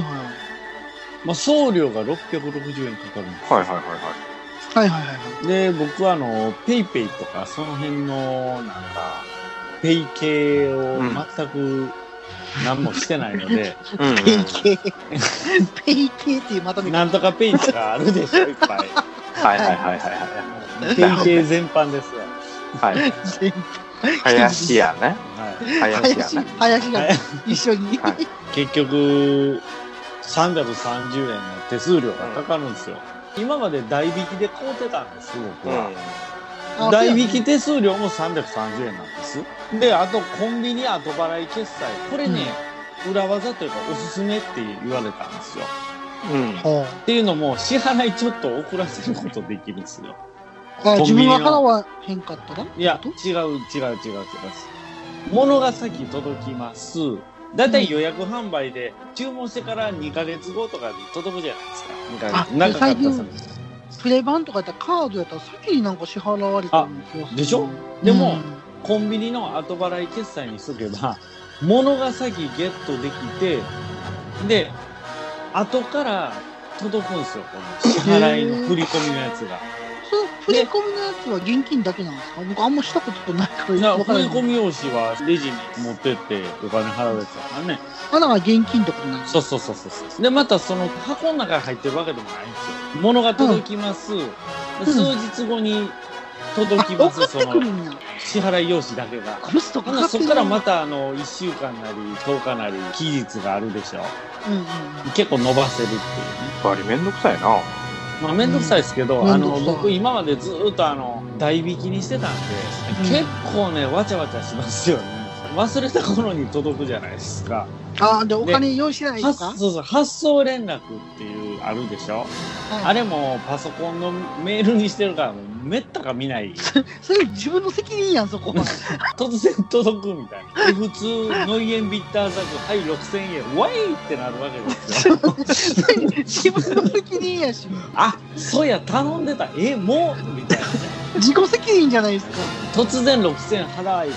は。まあ送料が660円かかるんです。はいはいはいはいはいはいはいはい。い。で、僕はあの、ペイペイとか、その辺の、なんか、ペイ系をうん全く何もしてないので、い。ペイ系。ペイ系っていうまとめ。なんとかペイとかあるでしょ、いっぱい。はいはいはいはいはい。ペイ系全般ですわ。はい。全 <laughs> 林家ね。はい。林家林ね。、林が <laughs> 一緒に。はい結局、330円の手数料がかかるんですよ。今まで代引きで買うてたんです、僕は。あ代引き手数料も330円なんです。で、あとコンビニ後払い決済。これね、裏技というかおすすめって言われたんですよ。うん。そうやねっていうのも支払いちょっと遅らせることできるんですよ。ああコ自ンビ分ニのは払わへんかったらいや、違う違う違う違う違う。物が先届きます。だいたい予約販売で注文してから2ヶ月後とかで届くじゃないですか。2ヶ月。あ長かったっすねプレ版とかやったらカードやったら先になんか支払われてる気がするでしょでもコンビニの後払い決済にしとけば、物が先ゲットできて、で、後から届くんですよ、この支払いの振り込みのやつが。その振り込みのやつは現金だけなんですか僕あんましたことないからなわか振らりない込み用紙はレジに持ってってお金払うやつだからね。まだが現金ってことなんですそうそうそうそうそう。で、またその箱の中に入ってるわけでもないんですよ。物が届きます。で数日後に届きあます、送そってくるのんや支払い用紙だけが。コストかほんなからってそるこからまたあの1週間なり10日なり期日があるでしょ。うんうんうん結構伸ばせるっていうね。やっぱりめんどくさいな。まあめんどくさいですけど、うんあめんどのくさい僕今までずっとあの代引きにしてたんで、うん結構ねわちゃわちゃしますよね。忘れた頃に届くじゃないですか。ああでお金用意してないと発かそうそう発送連絡っていうあるでしょ。ああれもパソコンのメールにしてるからもうめったか見 <laughs> ない。それ自分の責任やんそこは <laughs> 突然届くみたいな。で普通ノイエンビッターザクはい6000円わいってなるわけ <laughs> ですよ。自分の責任やしあそうや頼んでたえもうみたいな。自己責任じゃないですか突然6000払えって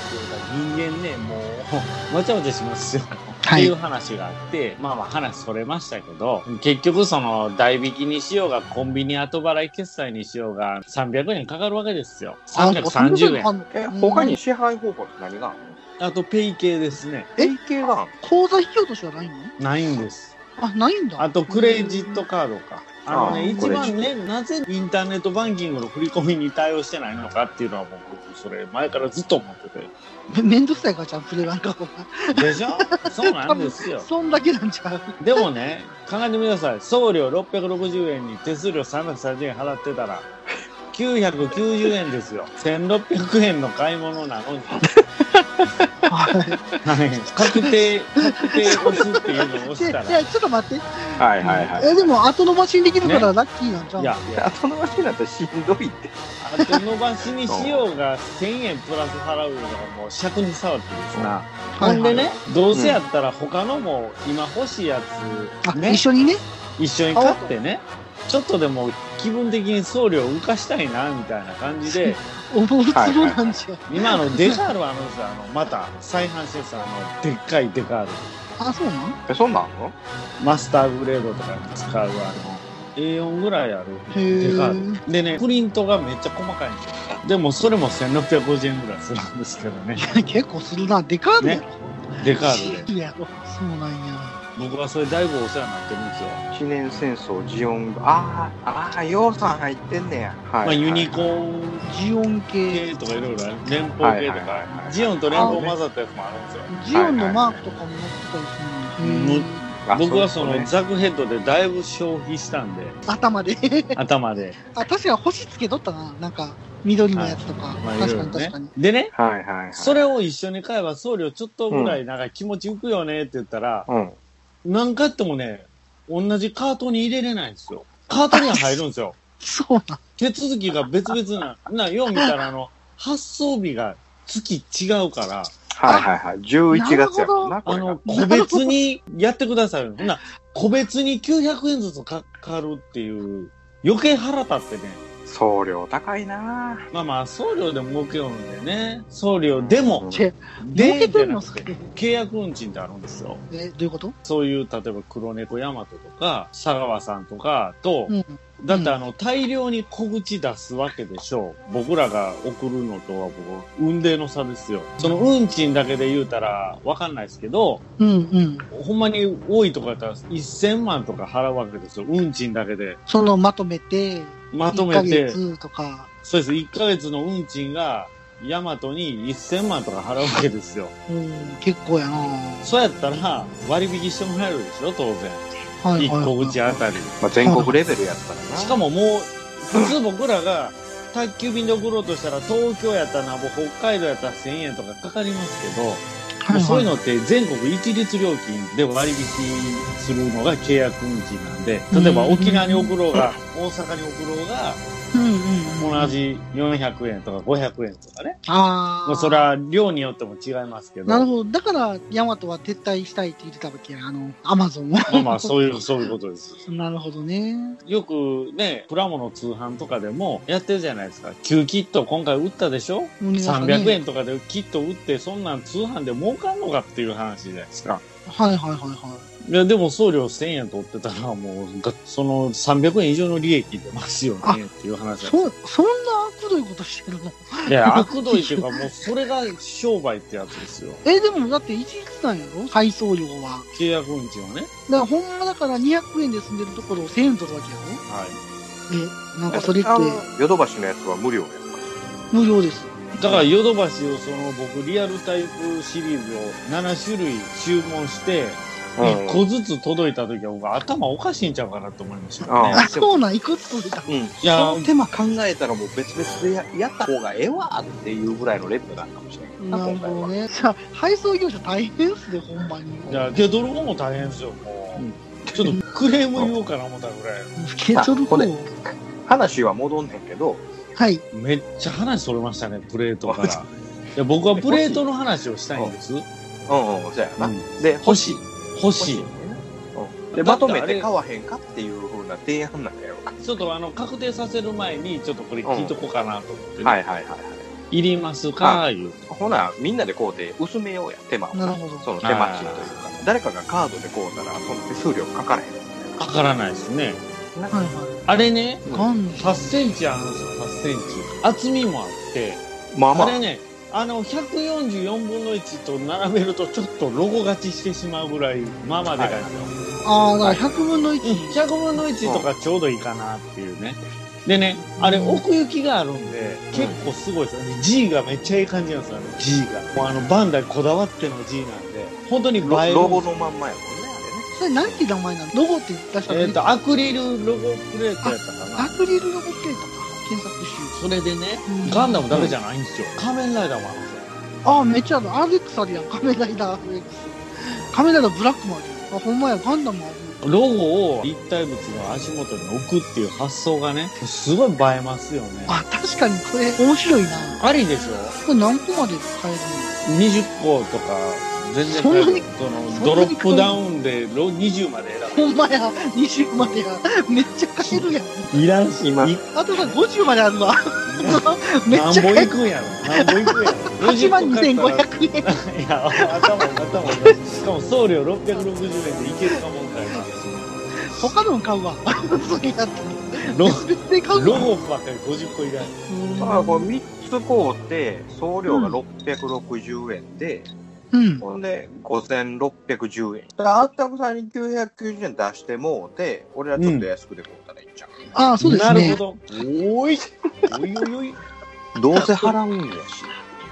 言うたら人間ねもうわちゃわちゃしますよ、はいっていう話があってまあまあ話それましたけど結局その代引きにしようがコンビニ後払い決済にしようが300円かかるわけですよ330円ああのえ、他に支配方法って何があるのとペイ系ですねえ提携がある口座引き落としはないのないんですあないんだあとクレジットカードかあのねあー一番ねなぜインターネットバンキングの振り込みに対応してないのかっていうのはもう僕それ前からずっと思っててめめんどくさいからじゃんプレ版かでしょそうなんですよそんだけなんちゃうでもね、考えてみてください。送料660円に手数料330円払ってたら、990円ですよ。1600円の買い物なのに。確定、確定押すっていうのを押で、しいたら。や、ちょっと待って。はいはいはい。え、でも、後伸ばしにできるからラッキーなんじゃん。いや、いや後伸ばしになったらしんどいって。後伸ばしにしようが、1000円プラス払うのがもう尺に触ってですな。はほいんはでいね、どうせやったら他のも今欲しいやつあね一緒にね。一緒に買ってね、ちょっとでも気分的に送料浮かしたいな、みたいな感じで、思うつぼなんじゃ。今あのデカールあるんですよ、あの、また再販してさ、あの、でっかいデカール。あ、そうなんえ、そんなんあんのマスターグレードとかに使うあの、A4 ぐらいあるへデカール。ーでね、プリントがめっちゃ細かいんですよ。でもそれも1650円ぐらいするんですけどね。結構するな。でかいね。デカールで。いやそうなんや。僕はそれだいぶお世話になってるんですよ。一年戦争、ジオン、あーあー、洋さん入ってんねや。はいまあユニーコーンジオン系。系とかいろいろある。連邦はい系とはいはいかは。いジオンと連邦混ざったやつもあるんですよ。ジオンのマークとかも載ってたりするのはいはいはいへー僕はそのね、ザクヘッドでだいぶ消費したんで、頭で。頭で。あ、確か星つけとったな。なんか、緑のやつとか。まあい確ろいかにろね確かに。。でね、はいはいはい。それを一緒に買えば送料ちょっとぐらいなんか気持ち浮くよねって言ったら、うん。何回やってもね、同じカートに入れれないんですよ。カートには入るんです <laughs> よ。そうなん。手続きが別々な、な、よう見たらあの、発送日が月違うから、はいはいはい。11月やもんな、こあれが <laughs> の、。個別にやってくださいよ。ほんな、個別に900円ずつかかるっていう、余計腹立ってね。送料高いなまあまあ、送料で儲けようんでね。送料でも、チェ、で儲けてんのじゃなくて契約運賃ってあるんですよ。え、どういうことそういう、例えば黒猫ヤマトとか、佐川さんとかと、うん。だってあの、大量に小口出すわけでしょう。僕らが送るのとは僕、運命の差ですよ。その運賃だけで言うたらわかんないですけど、うんうん。ほんまに多いとかやったら1000万とか払うわけですよ。運賃だけで。そのまとめて、まとめ1ヶて、月とか。そうです。1ヶ月の運賃が、ヤマトに1000万とか払うわけですよ。うん、結構やなそうやったら割引してもらえるでしょ、当然。は1個口あり。たり。まあ、全国レベルやったらな。しかももう、普通僕らが宅急便で送ろうとしたら、東京やったらなんぼ、北海道やったら1000円とかかかりますけど、はもうそういうの。のって全国一律料金で割引するのが契約運賃なんで、例えばうん沖縄に送ろうが、大阪に送ろうが、うんうんうん。同。じ400円とか500円とかね。ああ。まあそれ。は量によっても違いますけど。なるほど。だから、ヤマトは撤退したいって言ってたわけや。あの、アマゾンは。まあまあ、そういう、そういうことです。なるほどね。よくね、プラモの通販とかでもやってるじゃないですか。旧キット今回売ったでしょうんなんかね ?300 円とかでキット売って、そんなん通販で儲かんのかっていう話じゃないですか。はいはいはいはいや、でも送料1000円取ってたら、もうが、その300円以上の利益出ますよねっていうい。話だそ、そんな悪どいことしてるのいや、悪どいっていうか、もうそれが商売ってやつですよ。え、でもだって一日なんやろ配送料は。契約運賃はね。だから、ほんまだから200円で済んでるところを1000円取るわけやはい。ろえ、なんかそれってあのヨドバシのやつは無料やんか無料です。だからヨドバシをその僕リアルタイプシリーズを7種類注文して、うん1個ずつ届いた時は僕頭おかしいんちゃうかなと思いましたよねあ。あ、そうなん、いくつ取れたうん、いやその手間考えたらもう別々でややった方がええわっていうぐらいのレベルだったかもしれな <laughs> いなるけど今回ほどは。ね。じゃあ、配送業者大変っすね、ほんまに。いや、けどる方も大変ですよ、もう。うんちょっとクレーム言おうかな思ったぐらい。受け取る方あこ。れ話は戻んねんけど、はい。めっちゃ話それましたね、プレー <laughs> トから。いや、僕はプレートの話をしたいんです。うんうん、そうやな。うんで、欲しい。欲しい。うんで、まとめて買わへんかっていうふうな提案なんやろうか。ちょっとあの、確定させる前に、ちょっとこれ聞いとこうかなと思って、ねはいはいはいはい。いりますかいう。ほな、みんなで買うて薄めようや、手間を。なるほどその手間賃というか。誰かがカードで買うたら、その手数料かからへん。かからないですね。なはいはあれね、い。ガン8センチあるんですよ、8センチ。厚みもあって、まあまああ、れね、あの、144分の1と並べるとちょっとロゴ勝ちしてしまうぐらい、まあまあでかいんですよ。ああ、だから100分の1。 100分の1とかちょうどいいかなっていうね。でね、あれ奥行きがあるんで、結構すごいですよね。G がめっちゃいい感じなんですよ、ね、G が。もうあの、バンダイこだわっての G なんで、本当に映えるんですロよロゴのまんまやもんね、それ何て名前なのロゴって出したえっ、ら、と、アクリルロゴプレートやったかなア。クリルロゴプレートか。検索しそよれでねうん、ガンダムだけじゃないんですよ。仮面ライダーもあるんですよ。う。あ、めっちゃある。RX あるやん。仮面ライダー RX。仮面ライダーブラックもあるやん。あ、ほんまや、ガンダムもあるやん。ロゴを立体物の足元に置くっていう発想がね、すごい映えますよね。あ、確かにこれ面白いな。ありでしょこれ何個まで買える ?20 個とか、全然そんなにそのそドんなロにップダウンでロ20までのほんまや、20までや。めっちゃ買えるやん。選ぶ。いらんし、今いあとさ、50まであるわ。めっ何ちゃ本買いえる。くんやろ何本いくんやろ8万20個買ったら2500円。いや、頭、頭、しかも送料660円でいけるかもんかい他のも買う <laughs> わ。それやったら。ロ別々で買うロわ。ゴばっかり50個いらん。まあ、これ3つ買うて、送料が660円で、うん。ほんで、5610円。だからあったくさんに990円出してもうて、俺はちょっと安くで買ったらいいんちゃう、ああ、そうですね。なるほん、おいど。おいおいおい。 <laughs> どうせ払うんやし、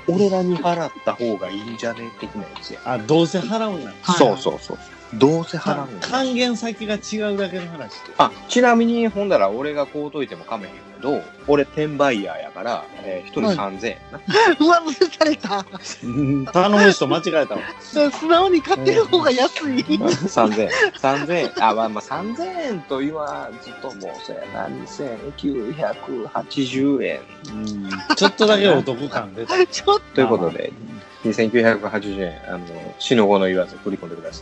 俺らに払った方がいいんじゃねえ的なやつや。あ、どうせ払うんだ。はいそうそうそう。どうせ払かうんや。還元先が違うだけの話。あ、ちなみに、ほんだら俺が買うといてもかめへんけど、俺転売ヤーやから、えー、一人3000円な。上乗せされた。頼む人間違えたわ。素直に買ってる方が安い。 3000円。3000円。あ、まあまあ3000円と言わずとも、そうやな、2980円。うんちょっとだけお得感出た。ちょっということで、2980円、あの、死の後の言わず振り込んでくだ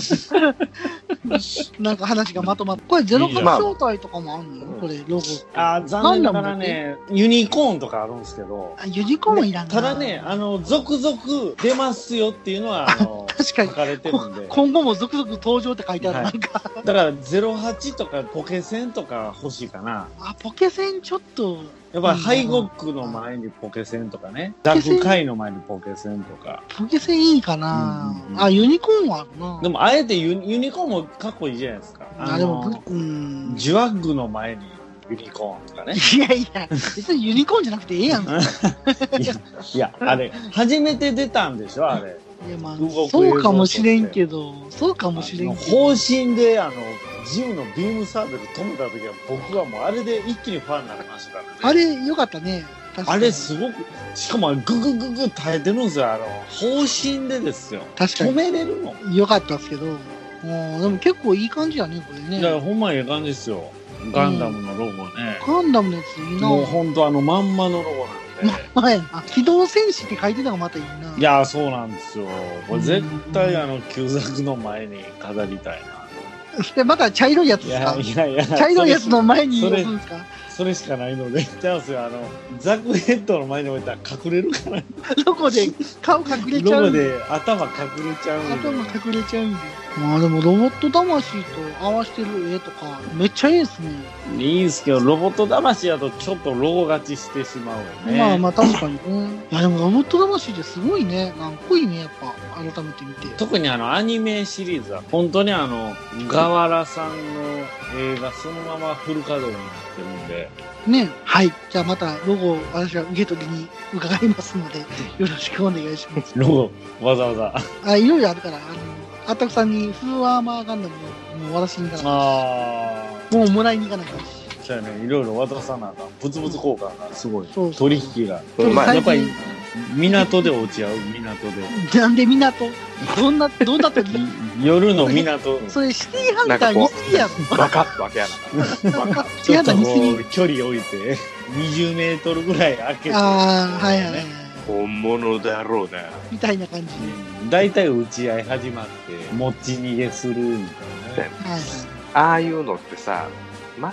さい。と、なんか話がまとまった。これ、ゼロいいじゃ発ん招待とかもあんのうんこれ、ロゴ。あー、残念ながらね、ユニコーンとかあるんですけど。あユニコーンはいらんな。ただね、、あの、続々出ますよっていうのは、あの、 <laughs> 確かに書。かれてるんで。今後も続々登場って書いてあはいる。なんか、だから、08とかポケセンとか欲しいかな。あ、ポケセンちょっと、やっぱ、ハイゴックの前にポケセンとかね。ダフカイの前にポケセンとか。ポケセンいいかなうんうんう。んあ、ユニコーンはあるな。でも、あえてユユニコーンもかっこいいじゃないですか。あ、あでもの、、うん。ジュワッグの前にユニコーンと <laughs> かね。いやいや、別にユニコーンじゃなくてええやん。いいや、いやあれ、初めて出たんでしょ、あれ。や、まあ動画を、そうかもしれんけど、そうかもしれんけど。方針で、あの、ジムのビームサーベル止めた時は、僕はもうあれで一気にファンになりましたからね。あれ、よかったね。確かあにれすごく、しかもあれググググ耐えてるんですよ、あの、方針でですよ。確か止に。めれるのよかったですけど。もうでも結構いい感じやね、これいね。や、ほんまええ感じですよ。ガンダムのロゴね。ガンダムのやついいな。もうほんとあの、まんまのロゴなんで。前な。機動戦士って書いてたのがまたいいな。いや、そうなんですよ。これ絶対あの、旧作の前に飾りたいな。で、また茶色いやついですやかいやいや、茶色いやつの前にそ置れくんですかそれしかないので、チャンスよ、あの、ザクヘッドの前に置いたら隠れるかな。ロゴで顔隠れちゃロゴう。で頭隠れちゃうんで。頭隠れちゃうんで。まあでもロボット魂と合わせてる絵とか、めっちゃいいですね。いいんすけど、ロボット魂だとちょっとロゴ勝ちしてしまうよね。まあまあ確かに <laughs> ね。いやでもロボット魂ってすごいね。なんかっこいいね、やっぱ。改めて見て。特にあのアニメシリーズは本当にあのガワラさんの映画そのままフル稼働になってるんでね。はい。じゃあまたロゴを私は受け取りに伺います <laughs> ので、よろしくお願いします。ロゴわざわざあ、いろいろあるから、あの、あったくさんにフルアーマーガンダムをもう渡しに行かなああもうもらいに行かなきゃし。そうやねいろいろ渡さなあかんブツブツ交換がすごいそうそう取引がちょっとまやあ最っぱり近、港で落ち合う港でなんで港どんな、どんな時夜の港それシティハンター見すぎやろ。バカッと開けや <laughs> なかった。バカッシちティょハっンタとー見すこぎう距離置いて20メートルぐらい開けてああ、はいはいはいね。本物だろうな。みたいな感じ。大体打ち合い始まって持ち逃げするみたいなねはいはい。ああいうのってさ、間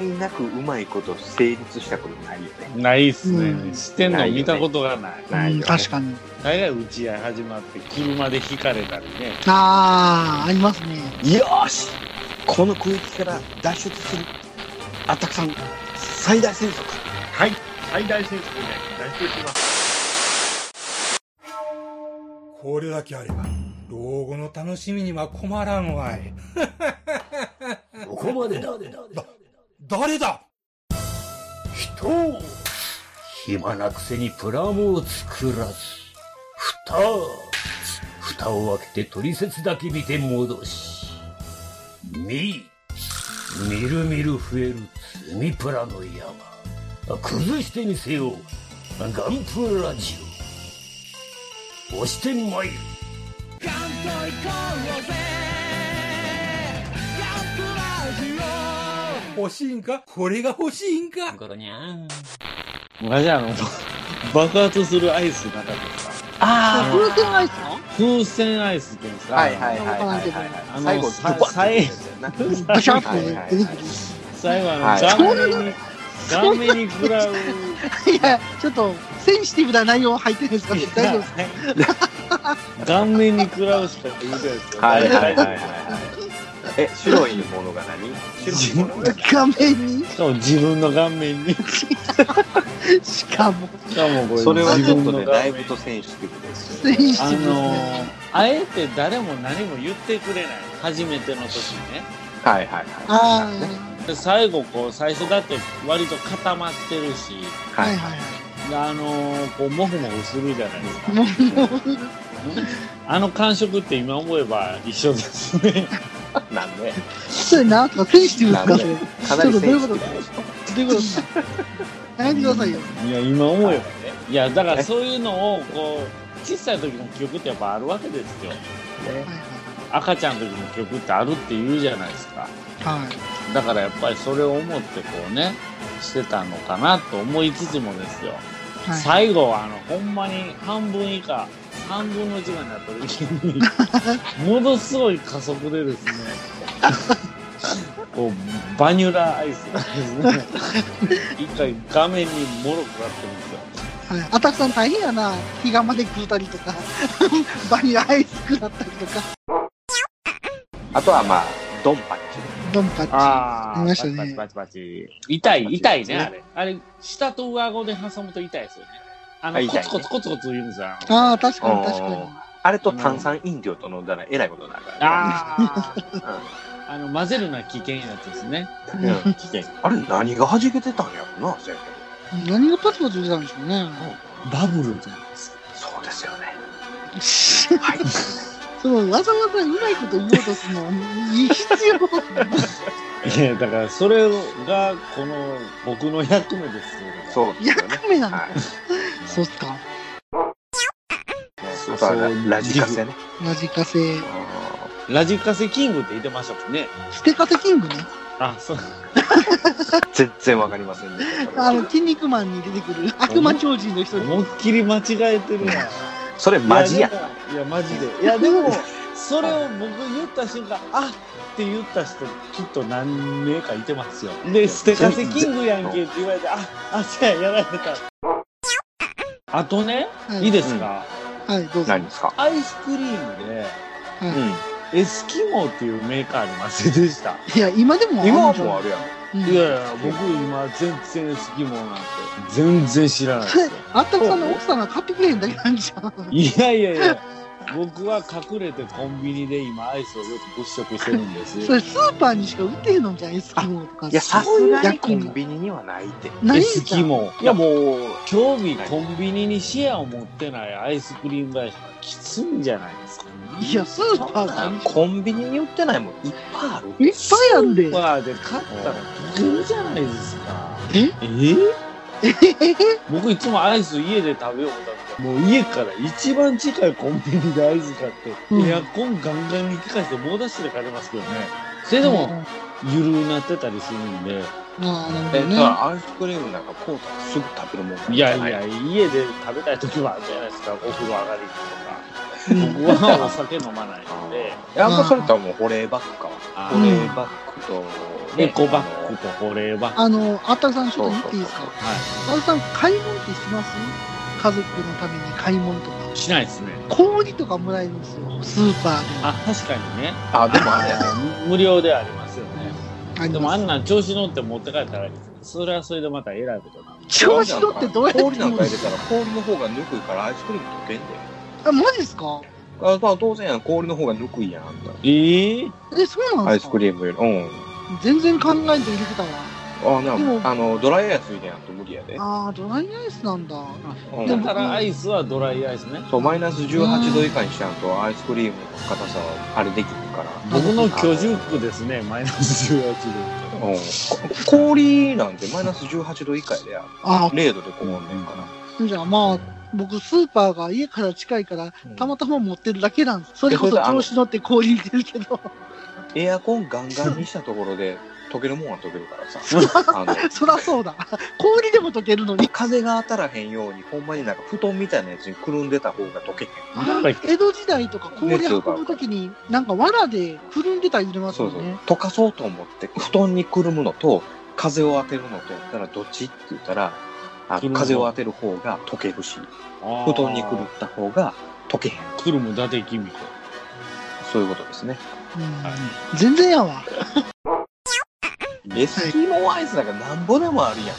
違いなくうまいこと成立したことないよね。ないっすね、うんしてんの見たことがないないようんね確かに。大概打ち合い始まって車で引かれたりねああ、ありますね。よーしこの空域から脱出する。あったくさん、最大戦速。はい最大戦速で出してきますこれだけあれば、老後の楽しみには困らんわい。ここまでだ。誰だ人を暇なくせにプラモを作らず。蓋を蓋を開けて取説だけ見て戻し。み、みるみる増える積みプラの山。崩してみせよう。ガンプラジ押してまいる欲しいんかこれが欲しいんかゴロニャン昔あの、 <laughs> 爆発するアイスなかったですかあ風船アイス風船アイスって言うんですあかはいはいはいはいはいあの最後さズバッさいてブシャはいはーいはっいて出てくる。最後あの、はい顔面に、顔面に食らう。いや、ちょっと、センシティブな内容入ってるんですかね大丈夫です <laughs> 顔面に食らうしか言うてないですよ。はいはいは <laughs> いはいはいえ白いものが何白いものが画面に、しかも自分の顔面に。ししかも、かもこれ、それはちょっ自と分のね顔面だいぶとセンシティブですセンよねシテあィブですのね。ー、あえて誰も何も言ってくれない。初めての時ね。はいはいはいあで最後こう、最初だって割と固まってるし、あ、ははいいはいであのー、こう、もふもふするじゃないですか。もう、もう、あの感触って今思えば一緒ですね。なんでそれなんかセンシティブですかそれ。かなりセンシティブですどういうことですか <laughs> 悩んでくださいよ。 <laughs> いや、今思えばね。いや、だからそういうのを、こう、小さい時の記憶ってやっぱあるわけですよ。はい赤ちゃんの時の記憶ってあるって言うじゃないですか。はい。はい。だからやっぱりそれを思ってこうね、してたのかなと思いつつもですよ。はい。最後はあの、ほんまに半分以下、半分の時間になった時に、ものすごい加速でですね、こう、バニュラアイスがですね、一回画面にもろくなってるんですよ。はい、あたくさん大変やな。ヒガまで食うたりとか、 <laughs> バニラアイス食らったりとか、あとはまあドンパッチドンパッあありパましたチねパチパチパチ。痛い、痛いね、パチあれ。あれ、下と上顎で挟むと痛いですよね。ああの、痛いコツコねツコツコツ言うんですよ。あチ。ああ、確かに確かおーあれと炭酸飲料と飲んだらえらいことになるから、ね。あ <laughs> ー。あの、混ぜるのは危険なやつですね。に。ううん危険。あれ何が弾けてたんやろな、先ん何がパチパチ出てたんでしょうね。バブルじゃないですか。生。そうですよね。はい。 <laughs> そのわざわざうまいこと言おうとするのは必要。いや、だから、それが、この、僕の役目ですけれども。そうですよね。役目なの。はい。そうっすか。そうそうラジカセね。ラジカセ。ラジカセキングって言ってましたもんね。ステカセキングね。あ、そう。全然わかりませんね。あの、筋肉マンに出てくる悪魔超人の一人。思いっきり間違えてるな。それマジや。いや、マジで。いや、でも、それを僕言った瞬間、あって言った人、きっと何名かいてますよ。で、ステカセキングやんけって言われて、あ、あ、じゃあやられ <laughs> た。あとね、いいですか、はい、どうぞ。何ですかアイスクリームで、ううエスキモーっていうメーカーありませんでした。いや、今でもん。今はるじゃんもうあるやん。うんいやいや、僕今全然エスキモーなんて、全然知らないですよ。あったくさんの奥さんが買ってくれへんだけなんじゃん。いやいやいや、僕は隠れてコンビニで今アイスをよく物色してるんです。それスーパーにしか売ってへんのんじゃん、エスキモーとか。いや、さすが薬にコ品ンビニにはないって。ないエんスじゃキん。モー。いやもう、興味コンビニにシェアを持ってないアイスクリーム会社はきついんじゃないですか。いや、スーパーが。コンビニに売ってないもんいっぱいある。いっぱいあんで。バーで買ったら溶けるじゃないですか。ええ僕いつもアイス家で食べようだって、もう家から一番近いコンビニでアイス買って、うんエアコンガンガンに効かして猛ダッシュで帰れますけどね。それでも、ゆるなってたりするんで、ああ、なえるほどね。らアイスクリームなんかこうたらすぐ食べるもんなんいじゃやないのや、家で食べたい時はあるじゃないですか、お風呂上がりとうんか。僕はお酒飲まないの <laughs> で、やっぱそれとはもう保冷バッグかわ。あ保のうん冷バッグと、エコバッグと保冷バッグ。あの、あったくさんちょっと言っていいですかそうはあったくさん、買い物ってします家族のために買い物とか。い。しないですね。氷とかもらえるんですよ、スーパーで。あ、確かにね。あ、でもあれやね。無料ではありますよね。ありでもまあすんなん調子乗って持って帰ったら、それはそれでまた偉いことなる。調子乗ってどうやって氷なんか入れたら氷の方がぬくいからアイスクリーム溶けんだよ。あ、マジですかあまあ当然やん、氷の方がぬくいやん、あんた。えええ、そうなんアでイすスかクリームより。うん。全然考えんと入れてたわ。あ、なでもあの、ドライヤーついてやんと無理やで。ああ、ドライアイスなんだ。うだんか。らアイスはドライアイスね。そう、マイナス18度以下にしちゃうと、アイスクリームの硬さはあれできるから。僕の居住区ですね、マイナス18度。うん。こ氷なんてマイナス18度以下やでや。あ0度で凍んねんから。あ、じゃあまあ、僕、スーパーが家から近いから、たまたま持ってるだけなんです。それこそえそれであの調子乗って氷入れるけ <laughs> ど、エアコンガンガンにしたところで、溶けるもんは溶ける <laughs> からさ。あのそらそうだ。氷でも溶けるの <laughs> に。風が当たらへんように、ほんまになんか布団みたいなやつにくるんでた方が溶けへん。なんか江戸時代とか氷運ぶときに、なんか藁でくるんでたり入れますそようそうね。。溶かそうと思って、布団にくるむのと、風を当てるのとやったら、どっちって言ったら、あくるむ風を当てる方が溶けるし、あー布団にくるった方が溶けへん。くるむ伊達君みたいそういうことですね。うんは全然やわ。エスキモアイスなんかなんぼでもあるやんか。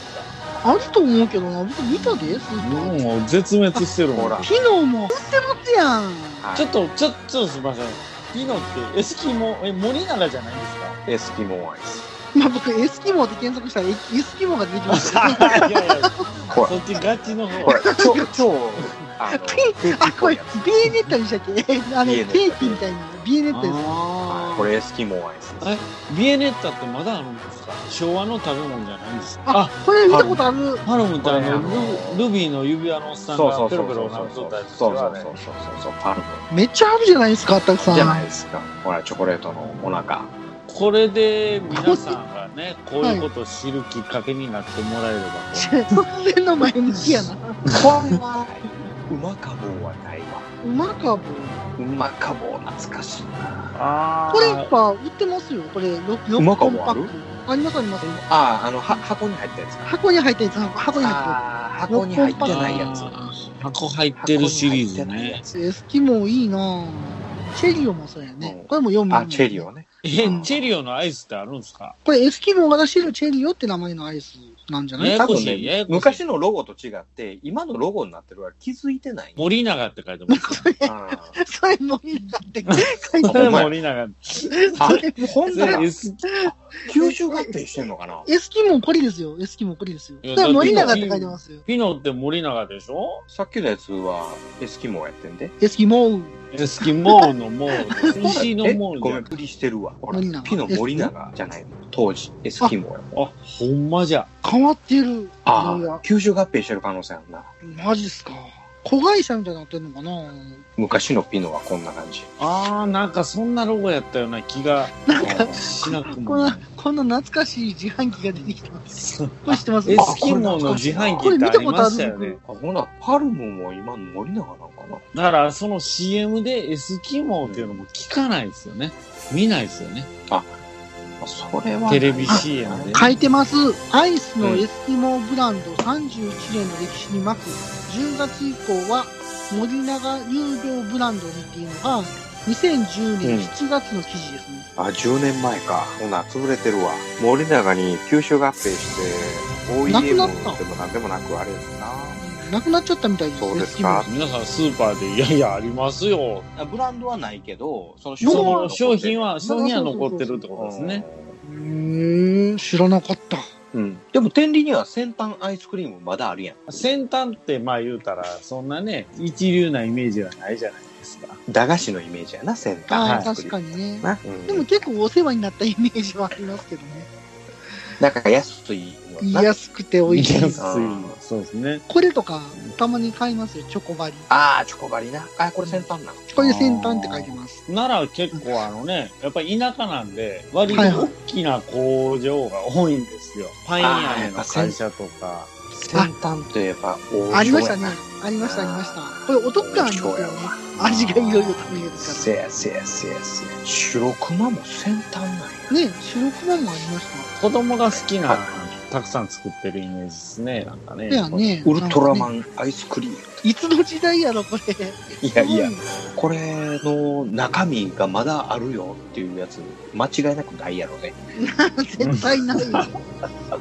あると思うけどな、僕見たで、スーパーで。もう絶滅してるもんほら昨日も売ってますやん。はいちょっとちょちょっとすみませんピノってエスキモえ森永じゃないん <laughs> ですかエスキモアイス。まあ僕、エスキモーで検索したらエエスキモーが出てきま <laughs> した。いやいやほらそっちガチの方 <laughs> ほら、超、超、 <laughs> あの、ケーキあ、っこぽいれや、ビエネッタにしたっけあの、ビエネケッターキみたいな。ビエネッタです。あつ。ここれれエスキモアイスです。ビエネッタってまだあるんですか昭和の食べ物じゃないんですかあこれ見たことある。ハロムってあこれあののルルビーの指輪のおっさんそうそがうペそロうペそうロなっとそうそうったやつそうそうですそようねそうパルムめっちゃあるじゃないですか、たくさん。じゃないですかほらチョコレートの <laughs> お腹これで皆さんがね <laughs> こういうことを知るきっかけになってもらえればと突然の前向きやな。これはうまかぼうはないわうまかぶ。うまかぼう懐かしいなあこれやっぱ売ってますよ。これ、6う本まパかぶあるック。ありますあります。あああのは箱に入ったやつか箱に入ってるやつ、箱に入っああ箱に入ってないやつ箱入ってるシリーズ箱に入ってないねやつてる。エスキモーいいなぁ。チェリオもそうやねう。んこれも読む。あチェリオ。ねえうんチェリオのアイスってあるんですかこれエスキモーが出してるチェリオって名前のアイスなんじゃないやや多こ分しいややねこしい昔のロゴと違って今のロゴになってるは気づいてない森永って書いてますよあそれもいいなって書いてそあれる。森永あそれほんそなられ S 吸収合併してんのかなエスキモーこれですよ。エスキモーこれですよ。いやそれ森永って書いてますよ。ピノって森永でしょさっきのやつはエスキモーやってんでエスキモー。エスキモーのモーで <laughs> 石のえモーごめん、じプリしてるわ。ほら森永ピノ森永じゃないの。当時、エスキモや。ゃんあほんまじゃ変わってる。あいやあ、吸収合併してる可能性あるな。マジっすか。子会社みたいになってんのかな昔のピノはこんな感じ。あーなんかそんなロゴやったような気がしなくもこんないな、こんな懐かしい自販機が出てきてます。これ知ってますエあスキモーの自販こ機れってあ見たりことあまるしたよねあほな、パルムも今の森永なのかなだからその CM でエスキモーっていうのも聞かないですよね見ないですよねあそれは。テレビ CM でね書いてます。アイスのエスキモーブランド31年の歴史に幕、10月以降は森永乳業ブランドにっていうのが、2010うん年7月の記事ですね。あ、10年前か。ほな、潰れてるわ。森永に吸収合併して、な OEM くでなっもたなんでもなくあれやなくなっちゃったみたいでな。すそうね、でエスすキモかー。皆さんスーパーでいやいやありますよブランドはないけど、そのその商品はは商品は残ってるってことですね。へー、知らなかった。うん。でも、天理には先端アイスクリームまだあるやん。先端ってまあ言うたらそんなね一流なイメージはないじゃないですか駄菓子のイメージやな、先あ端アあ、イスク確かリーム。にね。な、でも結構お世話になったイメージはありますけどね。なんか安いのな。安くて美味しい見や。すあーそうですねこれとか、たまに買いますよ、チョコバリ。ああ、チョコバリな。あ、これ先端なの。これ先端って書いてます。奈良結構あのねやっぱり田舎なんで割とはいはい大きな工場が多いんですよ、パン屋根の会社とか先端といえば王将やな、ありましたね。ありました、ありました。これお得感ありますよね。味がいろいろ食べれるかせやせやせやせや。白熊も先端なんや。ら。ね、白熊もありました。子供が好きなはいたくさん作ってるイメージですねなんかねだよね。ウルトラマン。ンアイスクリーム。いつの時代やろ、これ。いやいや、これの中身がまだあるよっていうやつ、間違いなくないやろね。絶対ない。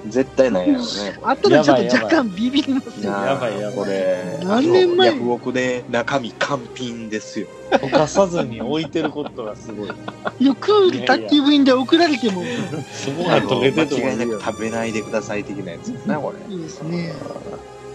絶対ないやろね。あったらちょっと若干ビビりますよ。なやばいやばいこれ、何年前あのヤフオクで中身完品ですよ。溶かさずに置いてることがすごいいや、クール卓球部員で送られてもいいそこが溶けてて間違いなもく食べないでください的なやつですな、これ。ですね。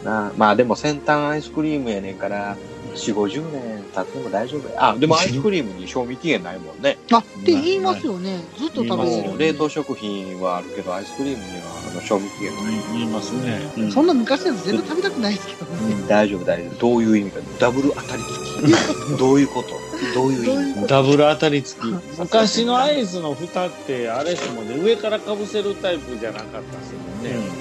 なあまあでも先端アイスクリームやねんから、4、50年経っても大丈夫や。あ、でもアイスクリームに賞味期限ないもんね。あ、って言いますよね。ずっと言い食べれるまよもね。う冷凍食品はあるけど、アイスクリームにはあの賞味期限ない。言いますね。うんそんな昔のやつ全然食べたくないですけどうね。ん大丈夫、大丈夫。どういう意味か。ダブル当たり <laughs> 付き。どういうことどういう意味ダブル当たり付き。昔のアイスの蓋って、あれですもんね、上からかぶせるタイプじゃなかったです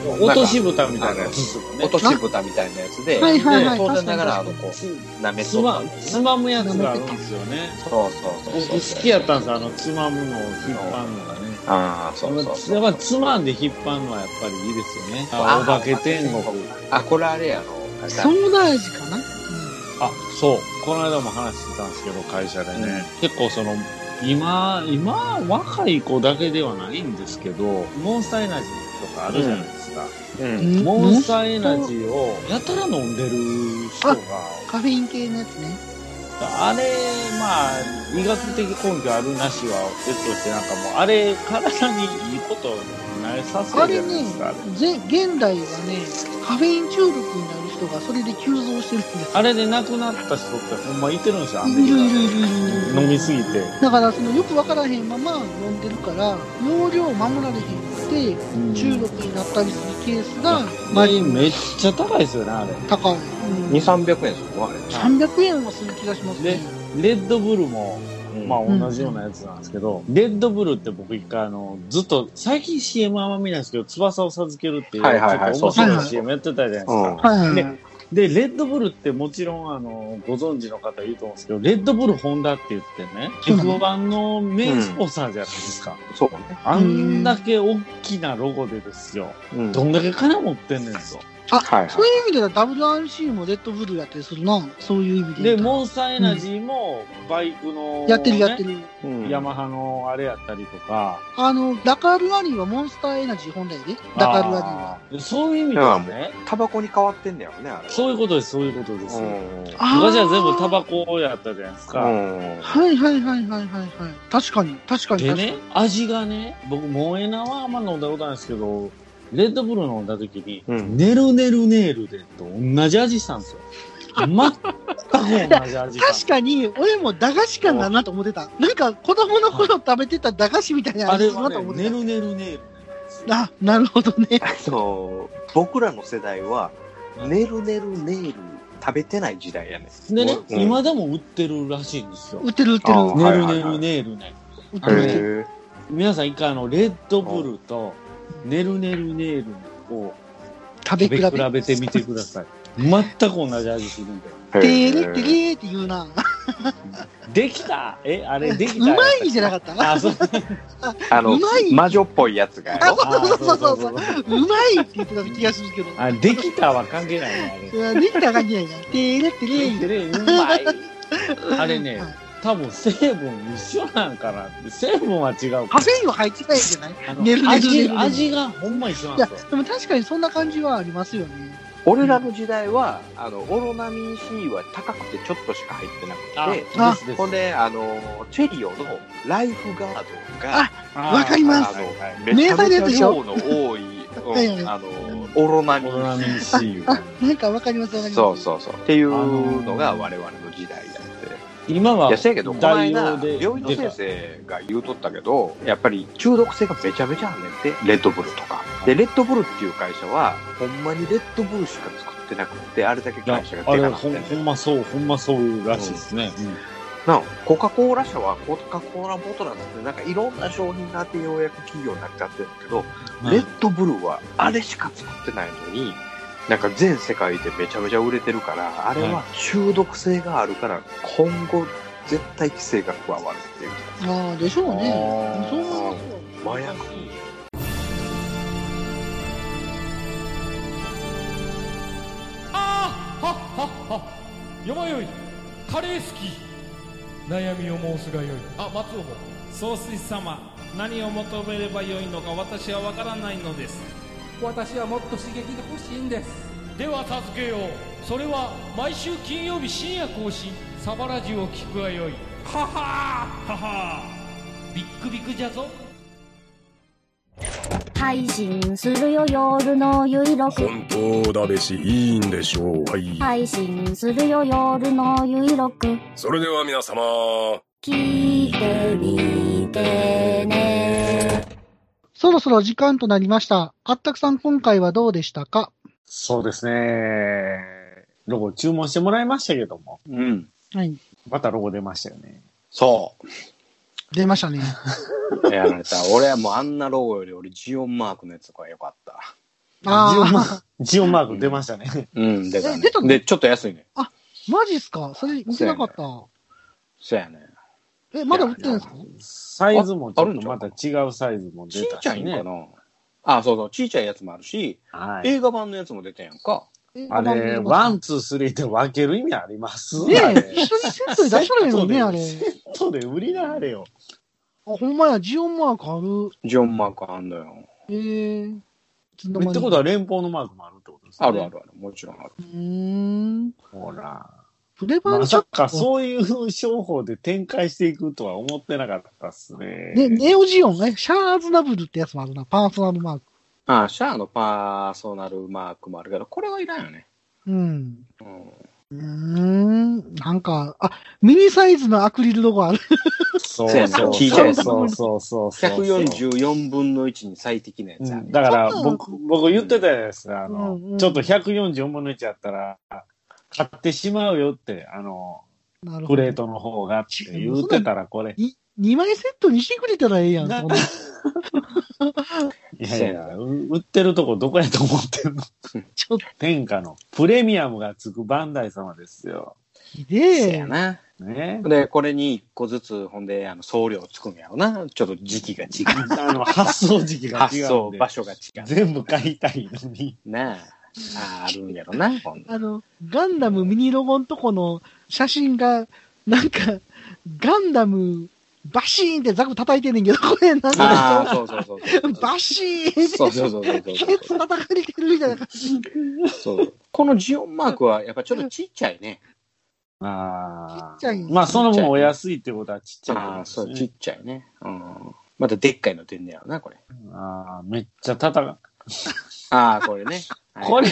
もんね。落とし蓋みたいなやつですもんね落。とし蓋みたいなやつで、はいはいはい。当確然ながら、かあにの、確かこに。う、舐めつそうまな、つまむやつがあるんですよね。そうそうそう僕そう。好きやったんですあの、つまむのを引っ張るのがね。ああ、そうそうそう。やっぱつまんで引っ張るのはやっぱりいいですよね。あお化け天国。あ、これあれやの。あれだソーダ味かなあ、そう。この間も話してたんですけど、会社でね。結構その、今、今、若い子だけではないんですけど、モンスターエナジーとかあるじゃないですか。うん。うんモンスターエナジーをやたら飲んでる人が、カフェイン系のやつね。あれ、まあ、医学的根拠あるなしは別として、なんかもう、あれ、体にいいことなれさせあるじれゃないねですか。あれ、ぜ現代はね、カフェイン中毒になる人がそれで急増してるんですあれで亡くなった人ってほんまいてるんですよ、アメいリカるでいるいるいる飲みすぎて。だからそのよくわからへんまま飲んでるから容量を守られへんくて中毒になったりするケースがまりめっちゃ高いですよね、あれ。高い、 2、300円するのあれ。 300円はする気がしますねねレッドブルも、まあうん同じようなやつなんですけど、レッドブルって僕一回あの、ずっと、最近 CM あんま見ないですけど、翼を授けるっていう、はいはいはいちょっと面白そうそうい CM やってたじゃないですか。うん。はいはいはい、ねで、レッドブルってもちろん、あの、ご存知の方いると思うんですけど、レッドブルホンダって言ってね、そうなの F1 のメインスポンサーじゃないですか。そうね。あんだけ大きなロゴでですよ。うんどんだけ金持ってんねんぞ。あ、はいはいそういう意味では WRC もレッドブルやったりするなそういう意味で言で、うとモンスターエナジーも、バイクの、やってるやってる、うんヤマハのあれやったりとか。あのダカールラリーはモンスターエナジー本来でダカールラリーはあーそういう意味ではね、タバコに変わってんだよね、あれ。そういううことです、そういうことです。ん。あー昔は全部タバコやったじゃないですか。うん。はいはいはいはいはいはい確かに確かにで確かに、ね、味がね、僕、モエナはあんま飲んだことないんですけど、レッドブル飲んだ時に、うんネルネルネイルでと同じ味したんですよ。全く同じ味し確た。かに、俺も駄菓子感だなと思ってた。なんか、子供の頃食べてた駄菓子みたいなあれ味だはなとね、思ってネた。ルネルネイル。あ、なるほどね。そう、僕らの世代は、ねるねるねる食べてない時代やね。でね、うん今でも売ってるらしいんですよ。売ってる売ってる。あネはいルはいネはいルネイルね。売っあれてる売ねってる。へ皆さん一回あの、レッドブルと、ネルネルネイルを食食べ比べべ。比べてみてください。全く同じ味するんで。えてれてれって言うな。できたえあれできうたまいじゃなかった。 <laughs> あ、そう。あのうまい、魔女っぽいやつが。あ、そうそうそうあそうそう。うまいって言ってた気がするけど。あ、できたは関係ないね、あれい。やできた感じないな。てれてれでねうまい。あれうねん、多分成分一緒なんかなって。成分は違うカかフェインは入ってないんじゃないら。あの寝る寝る寝味る寝る味がほんま一緒なんいや、ですよ。でも確かにそんな感じはありますよね。俺らの時代は、あの、オロナミン C は高くてちょっとしか入ってなあ、くでて、あすですほんで、あの、チェリオのライフガードあが、あーわかりますはいはいはいめち名ゃめちゃ産のやつでしょ量の多い、はいはういんあの、オロナミオンロナミ C。ン C あ、なんかわかりますわかります。そうそうそう。っていうのが我々の時代だって。今はいやせやけどこの代間用で病院の先生が言うとったけどやっぱり中毒性がめちゃめちゃあんねんってレッドブルとかでレッドブルっていう会社はほんまにレッドブルしか作ってなくてあれだけいや会社があ手れがなってほんんねんほんまそうほんまそういうらしいですね、なあコカ・コーラ社はコカ・コーラボトルなんてなんかいろんな商品があってようやく企業になっちゃってるけど、レッドブルはあれしか作ってないのになんか全世界でめちゃめちゃ売れてるからあれは中毒性があるから今後絶対規制が加わるっていうああ、でしょうあね。ーそう思いますよ麻薬あーはっはっはよまよいカレー好き悩みを申すがよいあ松尾も総帥様何を求めればよいのか私は分からないのです私はもっと刺激が欲しいんですでは助けようそれは毎週金曜日深夜更新サバラジを聞くがよいははーははービックビックじゃぞ発配信するよ夜のゆいろく本当だべし、いいんでしょう。はい。配信するよ夜のゆいろくそれでは皆様。聞いてみてねそろそろ時間となりました。あったくさん今回はどうでしたかそうですね。ロゴ注文してもらいましたけども。うん。はい。またロゴ出ましたよね。そ出ました <laughs> ね。う。やられた。 <laughs> 俺はもうあんなロゴより俺ジオンマークのやつが良かった。ジオンマーあク、ジオンマーク出ました <laughs> ね。うん、出たえね出た。ので、ちょっと安いね。あ、 <laughs> マジっすかそれ見てなかった。そうやね。え、まだ売ってるんですかサイズもちあょあっるんとちゃうまかた違うサイズもち出いたちゃいしんかね。な。あ、そうそう。ちいちゃいやつもあるし、はい。映画版のやつも出たやんか。えあまだ売ってれ、ますワン、ツー、スリーって分ける意味ありますねあえ、れ一緒にセットで出したらいいのにね、あれ。セットで売りなあれよ。あ、ほんまや、ジオンマークジオンマークあんだよ。ある。ええー。ってことはある連邦のマークもあるってことですね。あるあるある。もちろんある。うーん。ほら。プレバンまチャさッかそういう商法で展開していくとは思ってなかったっすね。ね、ネオジオン、え、シャアーズナブルってやつもあるな、パーソナルマーク。あ、シャアのパーソナルマークもあるけど、これはいらんよね。うん。うん。うーん、なんか、あ、ミニサイズのアクリルロゴある。 <laughs> そうそうそやうなそう聞いちゃえばそうそうそうそう。 144分の1に最適なやうつあるんだから、僕、僕言ってたじゃないですか。あうのんうん、ちょっと144分の1やったら、買ってしまうよって、あの、なるプほど。レートの方がって言ってたら、これ。に2枚セットにしてくれたらええやん、なそんな。いやいや、う売ってるとこどこやと思ってんのちょっと天下のプレミアムがつくバンダイ様ですよ。ひでえや。な。ね。で、これに1個ずつ、ほんで、あの、送料つくんやろな。ちょっと時期が違う。あの、発送時期が発違うん送で場。所が違う。全部買いたいのに。なあ。ああるんやろな、ほんであの、ガンダムミニロゴのとこの写真が、なんか、ガンダム、バシーンってザク叩いてんねんけど、 <laughs> これなんあか、あ、そうそうそうそう。バシーンそうそうそうそうそうケツ叩かれてるみたいな感じ。そう。このジオンマークは、やっぱちょっとちっちゃいね。ああ。ちっちゃいまあ、その分お安いってことはちっちゃいってことああ、ですそねう、ちっちゃいね。うん。またでっかいの出んねやろな、これ。ああ、めっちゃ叩か、ああ、これね。はいこれ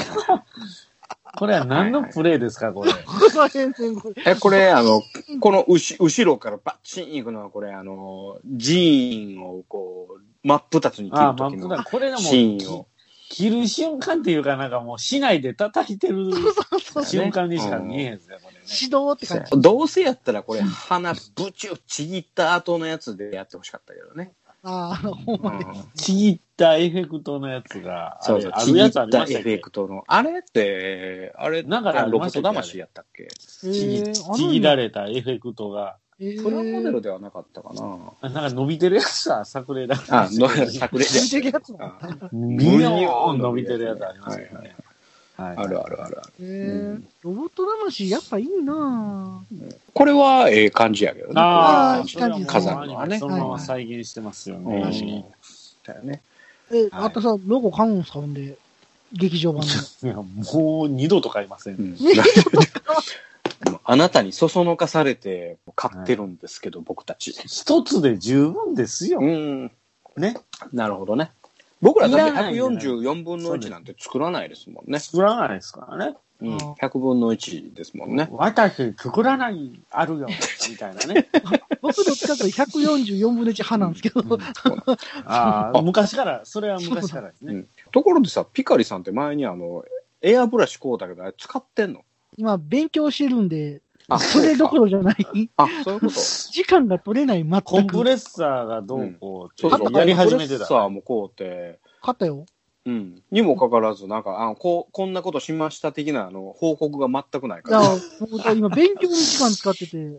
これは何のプレイですか、これ。この辺線、 <laughs> これ。え、これ、あの、この後後ろからバッチン行くのは、これ、あの、寺院をこう、真っ二つに切ああ、るまあ、時普の段これでもシーンをき、。切る瞬間っていうか、なんかもう、市内で叩いてるそうそう。瞬間にしか見えへんすね、これね。指導って感じ。どうせやったら、これ、鼻ぶちをちぎった後のやつでやってほしかったけどね。ああ、ほんうまに。ん、ちぎったエフェクトのやつが、あそうれそう、あちるぎやっつありたまエしたっフェけクトの。あれって、あれ、なんかありロボまッしたトっけ魂やったっけちぎえーちぎられたエフェクトが、えープラモデルではなかったかな。あなんか伸びてるやつは作例だったあん、ですのけど作例で。見てるやつもあビヨーン伸びてるやつありますよね。はいあるあるあるある。えーロボット魂、やっぱいいなぁこれは、ええ感じやけどね。あーそれはもう飾るのはねそのまま再現してますようんね。確かにだよね。え、あとさ、ロゴ買うんすかほんで。劇場 <laughs> 版の。いや、もう二度と買いません。うんあなたにそそのかされて買ってるんですけど、僕たち。一つで十分ですよ。ん。ね。なるほどね。僕らだっいてらないよね144分の1なんて作らないですもんね。作らないですからね。うん。100分の1ですもんね。私、作らない、あるよ、みたいな <laughs> ね。僕の近く144分の1派なんですけど、ああ、昔から、それは昔からですね。うんところでさ、ピカリさんって前にあの、エアブラシこうだけど、あれ使ってんの今勉強してるんで、あ、それどころじゃない。あ、そういうこと。時間が取れない、全コンプく。レッサーがどうこうそうっそう。てやり始めコンプてレッた。サーもこうって、勝ったよ。うん。にもかかわらず、なんか、あこう、こんなことしました的な、あの、報告が全くないかだら。かあら、僕今勉強に時間使ってて、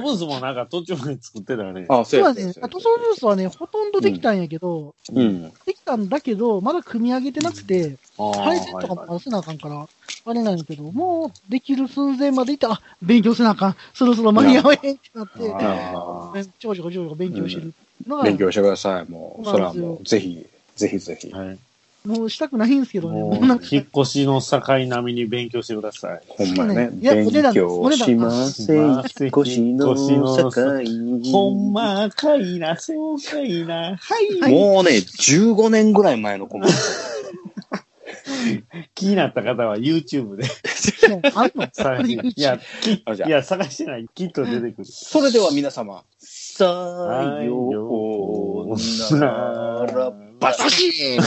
塗装うなんやブースもなんか途中まで作ってたよね。あ、そう今やね、あ塗そ装ニュースはね、ほとんどできたんやけど、うやうん。できたんだけど、まだ組み上げてなくて、ああ配線とかも合わせなあかんから、あれなんやけど、もうできる寸前までいったら、あ勉強せなあかん、そろそろ間に合わへんってなって、あーちょこちょこちょこちょこ勉強してるのが、勉強してください。もう、そそうれなんはですよもう、ぜひ、ぜひぜひ。はいもうしたくないんですけどね。ももううなんか、引っ越しの境並みに勉強してください。ほんまやね。いや勉俺ら強俺らしません。せ腰の境。ほんまかいな、そうかいな。はい、もうね、15年ぐらい前のコマーシ気になった方は YouTube であんの探して <laughs> YouTube いや、きあじゃあいや、探してない。きっと出てくる。 <laughs> ャルそれでは皆様、さよよううななららバシーン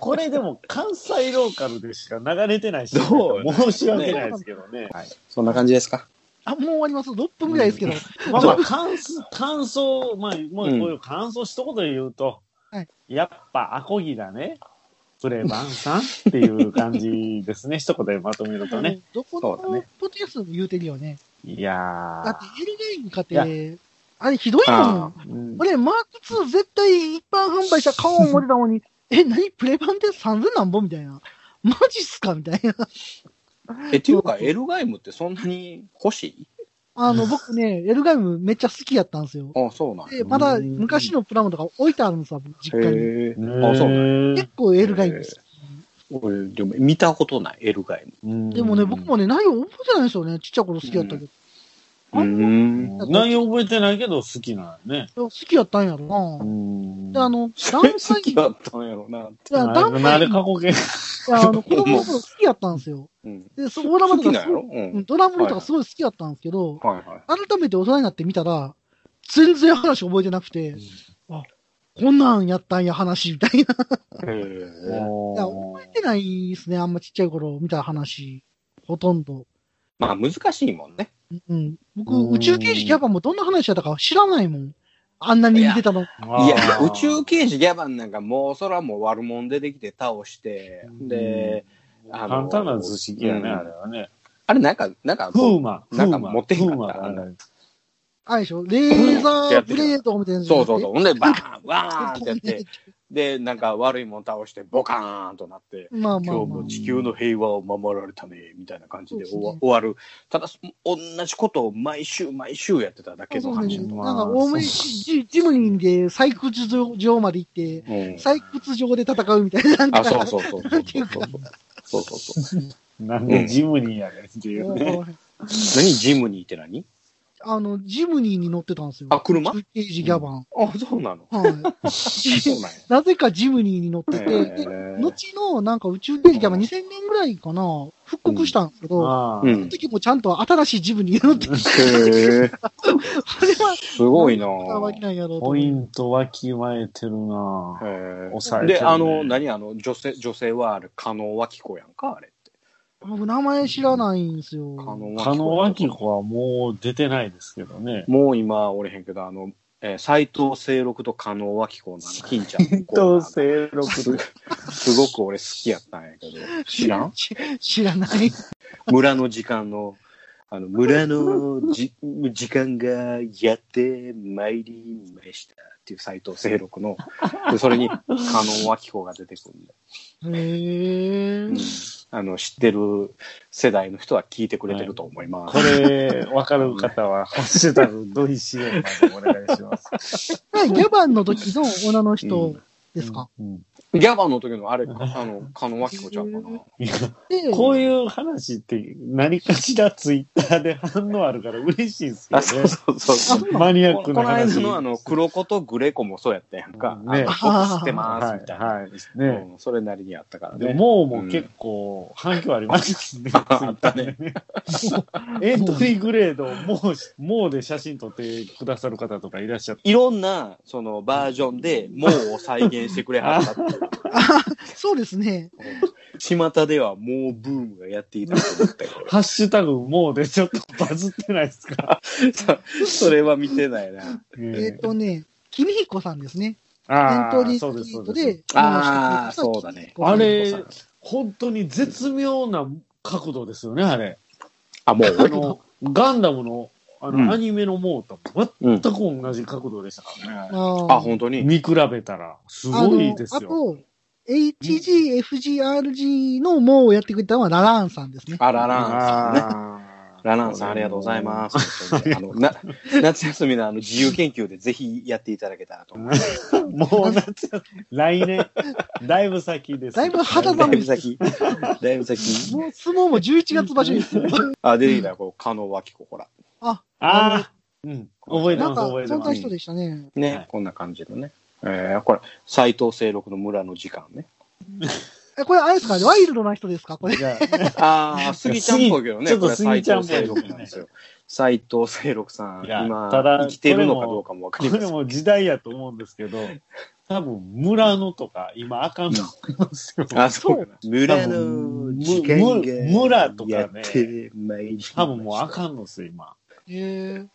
これでも関西ローカルでしか流れてないし、そう申し訳ないですけどね。そんな感じですかあ、もう終わります。6分ぐらいですけど。まあまあ、感想、感想、まあ、もううんこういう感想一言で言うと、はいやっぱアコギだね。プレバンさんっていう感じです <laughs> ね。一言でまとめるとね。どこそうだのねポッドキャストも言うてるよね。いやだーって、エルゲインかって、あれひどいもん。うん俺、マーク2絶対一般販売したら買おう思ってたのに、え、何プレ版で3000何本みたいな。マジっすかみたいな。え、っていうか、エルガイムってそんなに欲しいあ <laughs> の、僕ね、エルガイムめっちゃ好きやったんですよ。あ、そうなんや。で、まだ昔のプラモとか置いてあるのさ、実家に。へえ。ねあ、そうなんや。結構エルガイム好き。俺、でも見たことない、エルガイム。うんでもね、僕もね、内容覚えてないんですよね。ちっちゃい頃好きやったけど。あんまん。内容覚えてないけど好きなんやね。好きやったんやろな。で、あの、ダンサ <laughs> 好イきン、いやだったんやろな。ダンサなイれン、い過去形。や、あの、子供の頃好きやったんですよ。うん。で、そドラマ好ときかなすんやごろい、ううんん。ドラマとかすごい好きやったんですけど、はいはい。改めて大人になってみたら、全然話覚えてなくて、あ、こんなんやったんや話、みたいな。へえいや、覚えてないですね。あんまちっちゃい頃見た話、ほとんど。まあ難しいもんね。うん。う僕、ん宇宙刑事キャバもどんな話やったか知らないもん。あんなに見てたの。いいや、宇宙刑事ギャバンなんかもう、そらもう悪者出てきて倒して、で、あ簡単な図式やね、うんあれはね。あれなんか、なんか、フーマ、フなんかーマ、持ってへフんかーったマがある。あれでしょレーザーブレードみたいなやつそうそうそう。。ほんで、バーン、バーンってやっ本当てに、で、なんか悪いもん倒して、ボカーンとなって、まあま今あ日まも地球の平和を守られたね、みたいな感じで終わそう終わる。ただ、同じことを毎週毎週やってただあ。けそのうねな話。んまあか、大森ジジムニーで採掘場まで行って、うん採掘場で戦うみたいな。なんかあ、そうそうそうそうっそてういうかそうそうそうそう。なんでジムニーやねんっていうね。何ジムに行って何あの、ジムニーに乗ってたんですよ。あ車宇宙刑事ギャバン。あ、そうなの。はい。 <laughs> そうなんや。 <laughs> なぜかジムニーに乗ってて、へでー後のなんか宇宙刑事キャバ2000年ぐらいかな、復刻したんですけど、あうあそんの。時もちゃんと新しいジムニーに乗って、へえ。それは、すごいなあわけないやろうとポ思イう。ントわきまえてるなぁ。へ <laughs> 抑え。えてるねで、あの、何あの、女性、女性はあれ、加納脇子やんか、あれって。僕、名前知らないんですよ。加納加納和脇気子子はもう出てないですけどね。もう今、おれへんけど、あの、えー斎藤清六と加納脇子 <laughs> のあの金ちゃんのコーナーが。正六 <laughs> すごく俺好きやったんやけど。知らん知 <laughs> 知らない。村の時間の、あの、村のじ時間がやってまいりましたっていう斎藤清六の、でそれに、加納脇子が出てくるんだよへぇうんー。あの、知ってる世代の人は聞いてくれてると思います。これ、わかる方は、ハッシュタグ、ドイシエまでお願いします。はいギャバンの時の女の人ですか。うんギャバンの時の <laughs> あれ、あの、加納脇子ちゃうかな。いやで、こういう話って何かしらツイッターで反応あるから嬉しいんですけあ、そうどそうそうそう。ね。マニアッ <laughs> こクのな話。間のあの、 <laughs> 黒子とグレコもそうやったやんか。ねね、あの僕知ってますみたいな。はい、はい。ね。うんそれなりにやったからでね。も、もうも結構反響ありましたね。 <laughs> あったね Twitter でね <laughs> エントリーグレードをもう、もうで写真撮ってくださる方とかいらっしゃって。いろんな、その、バージョンで、もうを再現してくれはったっていう。そうですね。巷ではもうブームがやっていたと思ったよ。ハッシュタグ、もうでちょっとバズってないです <laughs> か、それは見てないな。えっとね、君彦さんですね。エンあトリあ、ーそうでツす、イそーうトです。で、あーこの人そうだね君彦さんあれ、本当に絶妙な角度ですよね、あれ。あ、もあの、ガンダムの、あの、うんアニメのモーと全く同じ角度でしたからね。あーあ、本当に。見比べたら、すごいですあよ。のあと、HGFGRG <laughs> のもうをやってくれたのはララーンさんですね。あららんさんね。あラナンさん、ありがとうございます。本当にあのな <laughs> 夏休みのあの自由研究でぜひやっていただけたらと思います。もう夏、来年、だいぶ先です。だいぶ肌だい寒ぶい。先。だいぶ先。もう相撲も11月場所に。あ、出てきたよ、こう、加納脇子、ほら。あ、ああ、うん。覚えてなんます、か覚え、てそんまなす。人でしたね。ね、はいこんな感じのね。えー、これ、斎藤清六の村の時間ね。え、これあれですかワイルドな人です <laughs> かこれ。じゃああ、杉ちゃんっぽいけどね。ちょっとこれ斎杉ちゃんっ藤ぽい清六なんですよ。斎藤清六さん、いや今、ただ生きてるのかどうかもわあかこりまれせん。も時代やと思うんですけど、多分、村野とか、今、あかんと思いますよ。あ、そう。村多の分時間がむ村とかねやってまいりました多分もうあかんのっすよ、今。へえ。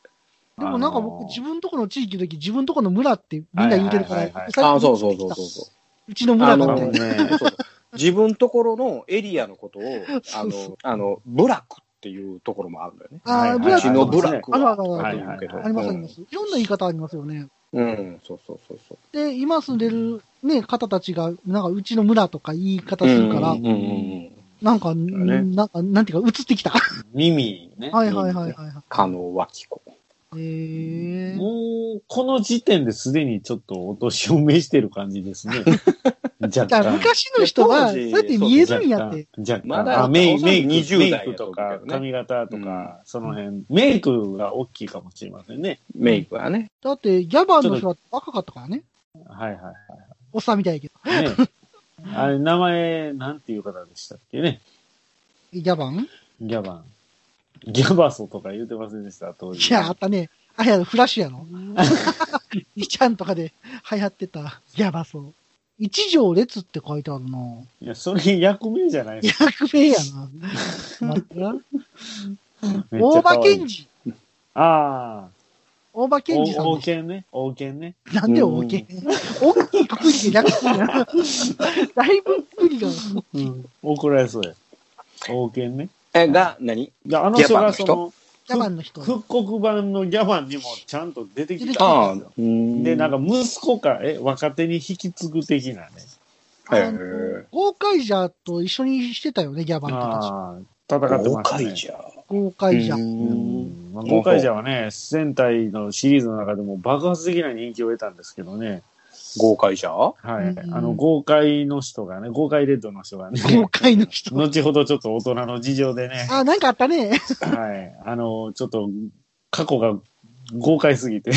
でもなんかあ僕、のー自分とこの地域の時、自分とこの村ってみんな言うてるかはらいはいはいはい、あ、そうそうそうそうそう。うちの村なんあのて。ね、そうそう自分ところのエリアのことを、あそうその、あの、部落っていうところもあるんだよね。はいはあいあ、はブいラうックちの部落あるあはるあるとか言うけどはいありますあります。いろんな言い方ありますよね。うん、そうそうそうそう。で、今住んでる、ね、方たちが、なんかうちの村とか言い方するから、うんうんうん。なんか、ねなんか、なんていうか、映ってき <laughs> た。は耳ね。いはいはいは加納脇子。い。へえ。もう、この時点ですでにちょっとお年を召してる感じです <laughs> ね。若だから干。昔の人は、そ当う時やって見えるんやって。若干。まだあメイおそらメイくク20メイ代クやとと思うけどねか、髪型とか、その辺。メイクが大きいかもしれませんね。メイクはね。だって、ギャバーの人は若かったからね。はいはおっさんみたいやけど。いはい。ね、 <laughs> あれ、名前、なんていう方でしたっけね。ギャバンギャバン。ギャバソとか言うてませんでした、当い時。や、あったね。あれやろ、フラッシュやろ。 <laughs> いちゃんとかで流行ってた。ギャバそう。一条列って書いてあるな。いや、それ役名じゃないですか。役名やな。待ってな。大場ケン健ジ二。ああ。大場健二さんお王の。権ね。王権ね。なんで大健大きいくくりで略すん <laughs> や。だいぶくくりが。うん。怒られそうや。王権ね。え、が、何いやあの人がそギャバンの、ギャバンの人。復刻版のギャバンにもちゃんと出てきた。ああ、うんで、なんか息子か、え、若手に引き継ぐ的なね。へあのえ、ゴーカイジャーと一緒にしてたよね、ギャバンとか。ああ、戦って豪ました、ね快。じゃ。ゴーカイジャー。うんまあ、ゴーカイジャーはね、戦隊のシリーズの中でも爆発的な人気を得たんですけどね。豪快じゃはい。うんあの、豪快の人がね、豪快レッドの人がね、 <laughs> ゴーカイの人。後ほどちょっと大人の事情でね、あ、なんかあったね。はい。あの、ちょっと、過去が豪快すぎて、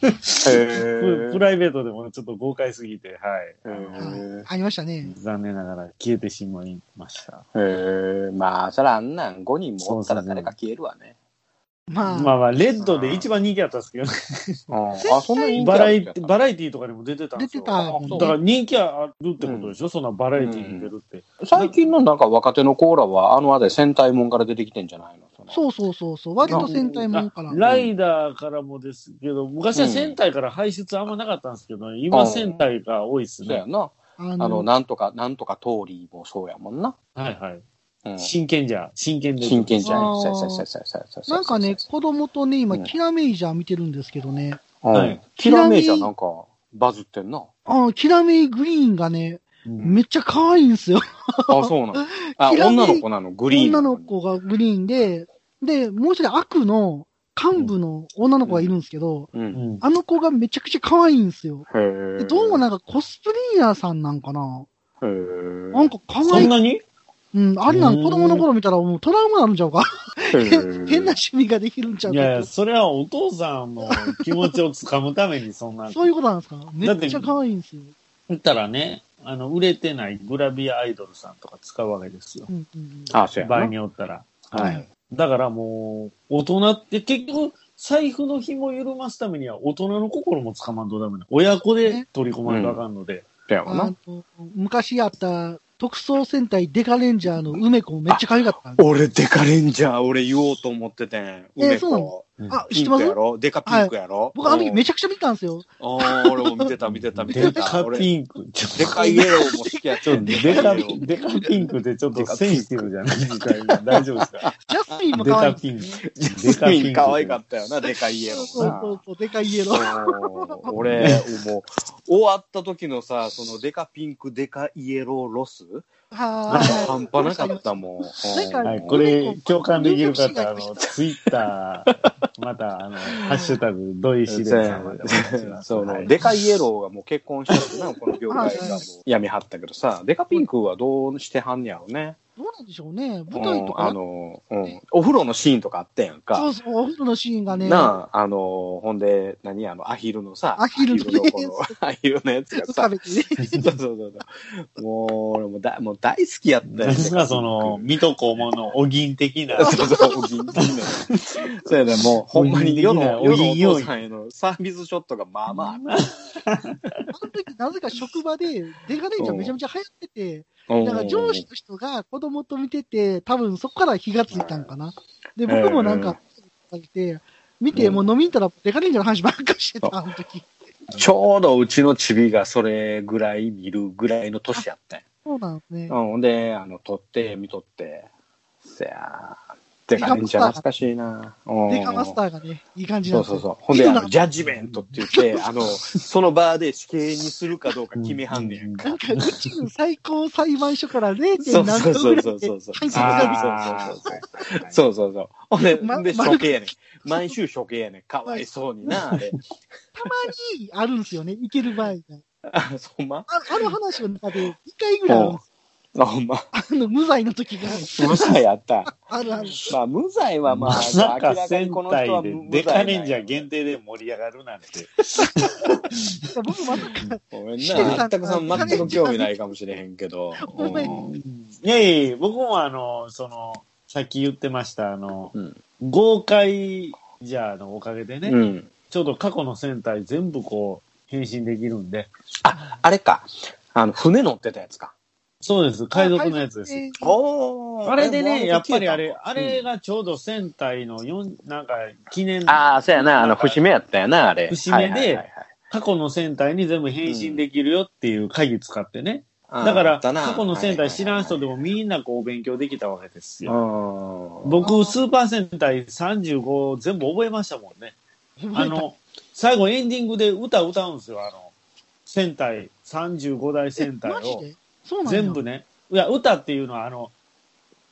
プ <laughs> プへライベートでもちょっと豪快すぎて、はい。あのえ。ありましたね。残念ながら消えてしまいました。へえ。まあ、そらあんなん5人もおったら誰か消えるわね。まあ、まあまあ、レッドで一番人気だったんですけどね、あ、そんな人気あバるラエティバラエティとかでも出てたんですよ。出てたあそうだから人気あるってことでしょ、そんなバラエティに出るって。最近のなんか若手のコーラは、あのあで戦隊もんから出てきてんじゃないのう。そうそうそうそう。割と戦隊もんからあ。ライダーからもですけど、昔は戦隊から排出あんまなかったんですけど、今戦隊が多いですそうやね。な。ああの、なんとか、なんとか通りもそうやもんな。はいはい。うん。真剣じゃ、真剣で。真剣じゃあん。ーそうそうそうそうそうそうなんかね、子供とね、今、うんキラメイジャー見てるんですけどね。うはんい。キラメイじゃなんか、バズってんな。あキラメイグリーンがね、うんめっちゃ可愛いんですよ。あ、 <laughs> そうなの。あ、キラメイ女の子なの、グリーン。女の。子がグリーンで、で、もう一人悪の幹部の女の子がいるんですけど、う。うんん。あの子がめちゃくちゃ可愛いんですよ。へーでどうもなんかコスプレイヤーさんなんかな。へなんーか可そん愛い。なにうん、あれなん子供の頃見たらもうトラウマあるんちゃうか。へー変な趣味ができるんちゃういか。やいや、それはお父さんの気持ちをつかむためにそんな。そういうことなんですか。めっちゃ可愛いんですよ。言ったらね、あの、売れてないグラビアアイドルさんとか使うわけですよ。うんうんあ、そうや場合なに。よったら。ははいい。だからもう、大人って結局、財布の紐を緩ますためには大人の心もつかまんとダメな。親子で取り込まんとあかんので。だよあな。の昔あった特捜戦隊デカレンジャーの梅子めっちゃ可愛かった。俺、デカレンジャー、俺言おうと思っててん。梅そうな子の。あ、知ピってンまクやすろデカピンクやろ僕あの時めちちゃくちゃ見たんですよ。ゃ。あー俺も見てた、見てた、見 <laughs> てデた。カ俺、ピンク。ちょデカイエローも好きやっちょった。とデカイエローもデカピンクってちょっとセンシティブじゃないですか。今大丈夫ですかジャスミンもデ可愛カい。ピンク。デカピン可愛かっったよな、デカイエロそうーそうもな。そうそう、デカイエロー。そう俺、もう、終わった時のさ、そのデカピンク、デカイエローロス、はー半端なかったもん。なんかはい、これ、共感できる方、あの、 <laughs> ツイッター、また、あの、ハッシュタグ、土井そシうレさんまでお願いします。そはのいデカイエローがもう結婚したけどな、この業界はいがもうやめはったけどさ、デカピンクはどうしてはんねやろうね。どうなんでしょうね。舞台とか。うんあの、うん、お風呂のシーンとかあったやんか。そうそう、お風呂のシーンがね。なあ、あの、ほんで、何あの、アヒルのさ、アヒルのねアヒルのこのアヒルのやつが食さ、べてね。そうそうそうそう。もう、俺もだもう大好きやったよ。ですが、その、水戸黄門のお銀 <laughs> 的な、そうそう、お銀銀の。そうやね、もう、ほんまに世の、お銀世銀のやおお銀父さんへのサービスショットがまあまあある。あの時、なぜか職場で、デカ姉ちゃんめちゃめちゃ流行ってて、うんだから上司の人が子供と見てて、多分そこから火がついたんかな。で、僕もなんか、て見て、もう飲みに行ったら、デカ姉ちゃんの話ばっかりしてた、あの時。ちょうどうちのチビがそれぐらい見るぐらいの年やったんやそうなんですね。うん、ほんで、あの、撮って、見とって。せやー。デカミンちゃん懐かしいな。うんデカマスターがね、いい感じなんそうですそうよ。そう。ほんで、あいいのなジャッジメントって言って、あの、その場で死刑にするかどうか決めはんねやんか。なんか、うちの最高裁判所から 0. そう何そ度うぐそうらそいうでそ判うそう。決があーそうそうそう。ほんで、まで、ま処刑やねん。毎週処刑やねん。かわいそうにな、あれ。たまにあるんですよね、いける場合が。あ、そんまあある話の中で、一回ぐらいあるんですあ、ほんま。あの、無罪の時が、無罪やった。あるある。まあ、無罪はままあ、さ明からかに仙この人台はで無デ罪カなん忍や者限定で盛り上がるなんて。僕まさか、ごめんシテルな。さあんったくさん全く興味ないかもしれへんけど。ごめんうんいやいや僕もあの、その、さっき言ってました、あの、うん豪快じゃあのおかげでね、うん。ちょうど過去の戦隊全部こう、変身できるんで、あ、あれか。あの、船乗ってたやつか。そうです、海賊のやつです。えーおあれでね、やっぱりあれ、あれがちょうど戦隊の四なんか記念、過ああ、そうやな、あの、節目やったやな、あれ。節目ではいはいはい去の戦隊に全部変身できるよっていう鍵使ってね。はいだかあら、ったな過去の戦隊知らん人でもみんなこう勉強できたわけですよ。僕、スーパー戦隊35全部覚えましたもんね。あの、最後エンディングで歌歌うんですよ、あの、戦隊、35代戦隊マジを。でそうなんや全部ね。いや、歌っていうのはあの、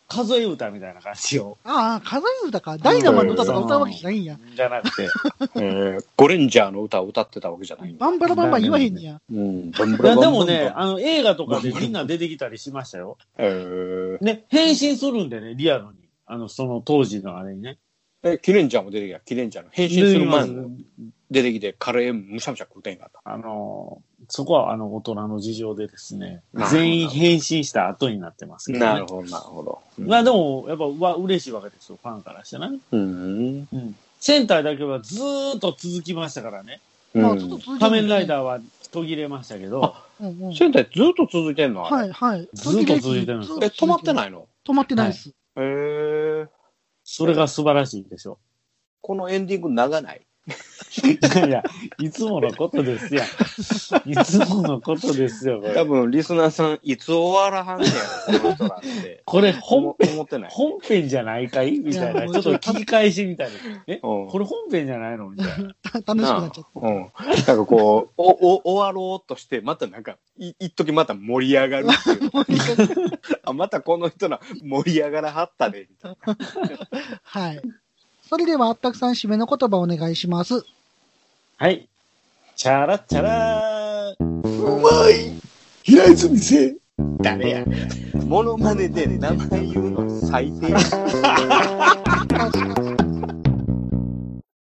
数え歌みたいな感じを。ああ、数え歌か。ダイナマンの歌とか歌うわけじゃないんや。じゃな <laughs> くて。うんえーゴレンジャーの歌を歌ってたわけじゃないんだ。バンバラバンバン言わへんねや。うん。いやでもね、あの映画とかでみんな出てきたりしましたよ。えー、ね、変身するんでね、リアルに。あの、その当時のあれにね。え、キレンジャーも出てきた。キレンジャーの変身する前の出てきて、カレーむしゃむしゃ食うてんかった。あの、そこはあの大人の事情でですねなる、ほど全員変身した後になってますけど、ね。なるほど、なるほど。まあでも、やっぱ、わ、嬉しいわけですよ、ファンからしてね。うん。うん。センターだけはずーっと続きましたからね。うん。まあ、ちょっと続いてる仮面ライダーは途切れましたけど、うんうん仙台ずっと続いてんのあはれ。い、はい。ずっと続いてるんですよえ、止まっていないの止まってないです。へえ。それが素晴らしいでしょ。このエンディング長ない。いやいや、いつものことですやん。いつものことですよ、こ多れ。分、リスナーさん、いつ終わらはんねやろ、この人らって。 <laughs> これ本思編思ってない。本編じゃないかいみたいいやな。もちょうっとちょっと聞き返しみたいな。えうんこれ本編じゃないのみたいな。た <laughs> 楽しくなっちゃっうん。なんかこう、 <laughs> お、お、終わろうとして、またなんか、い、一時また盛り上がるって <laughs> いうた。 <laughs> あ、またこの人ら盛り上がらはったで、みたいな。はい。それでは、あったくさん締めの言葉お願いします。はい。チャラチャラー誰や。モノマネで名前言うの最低。あ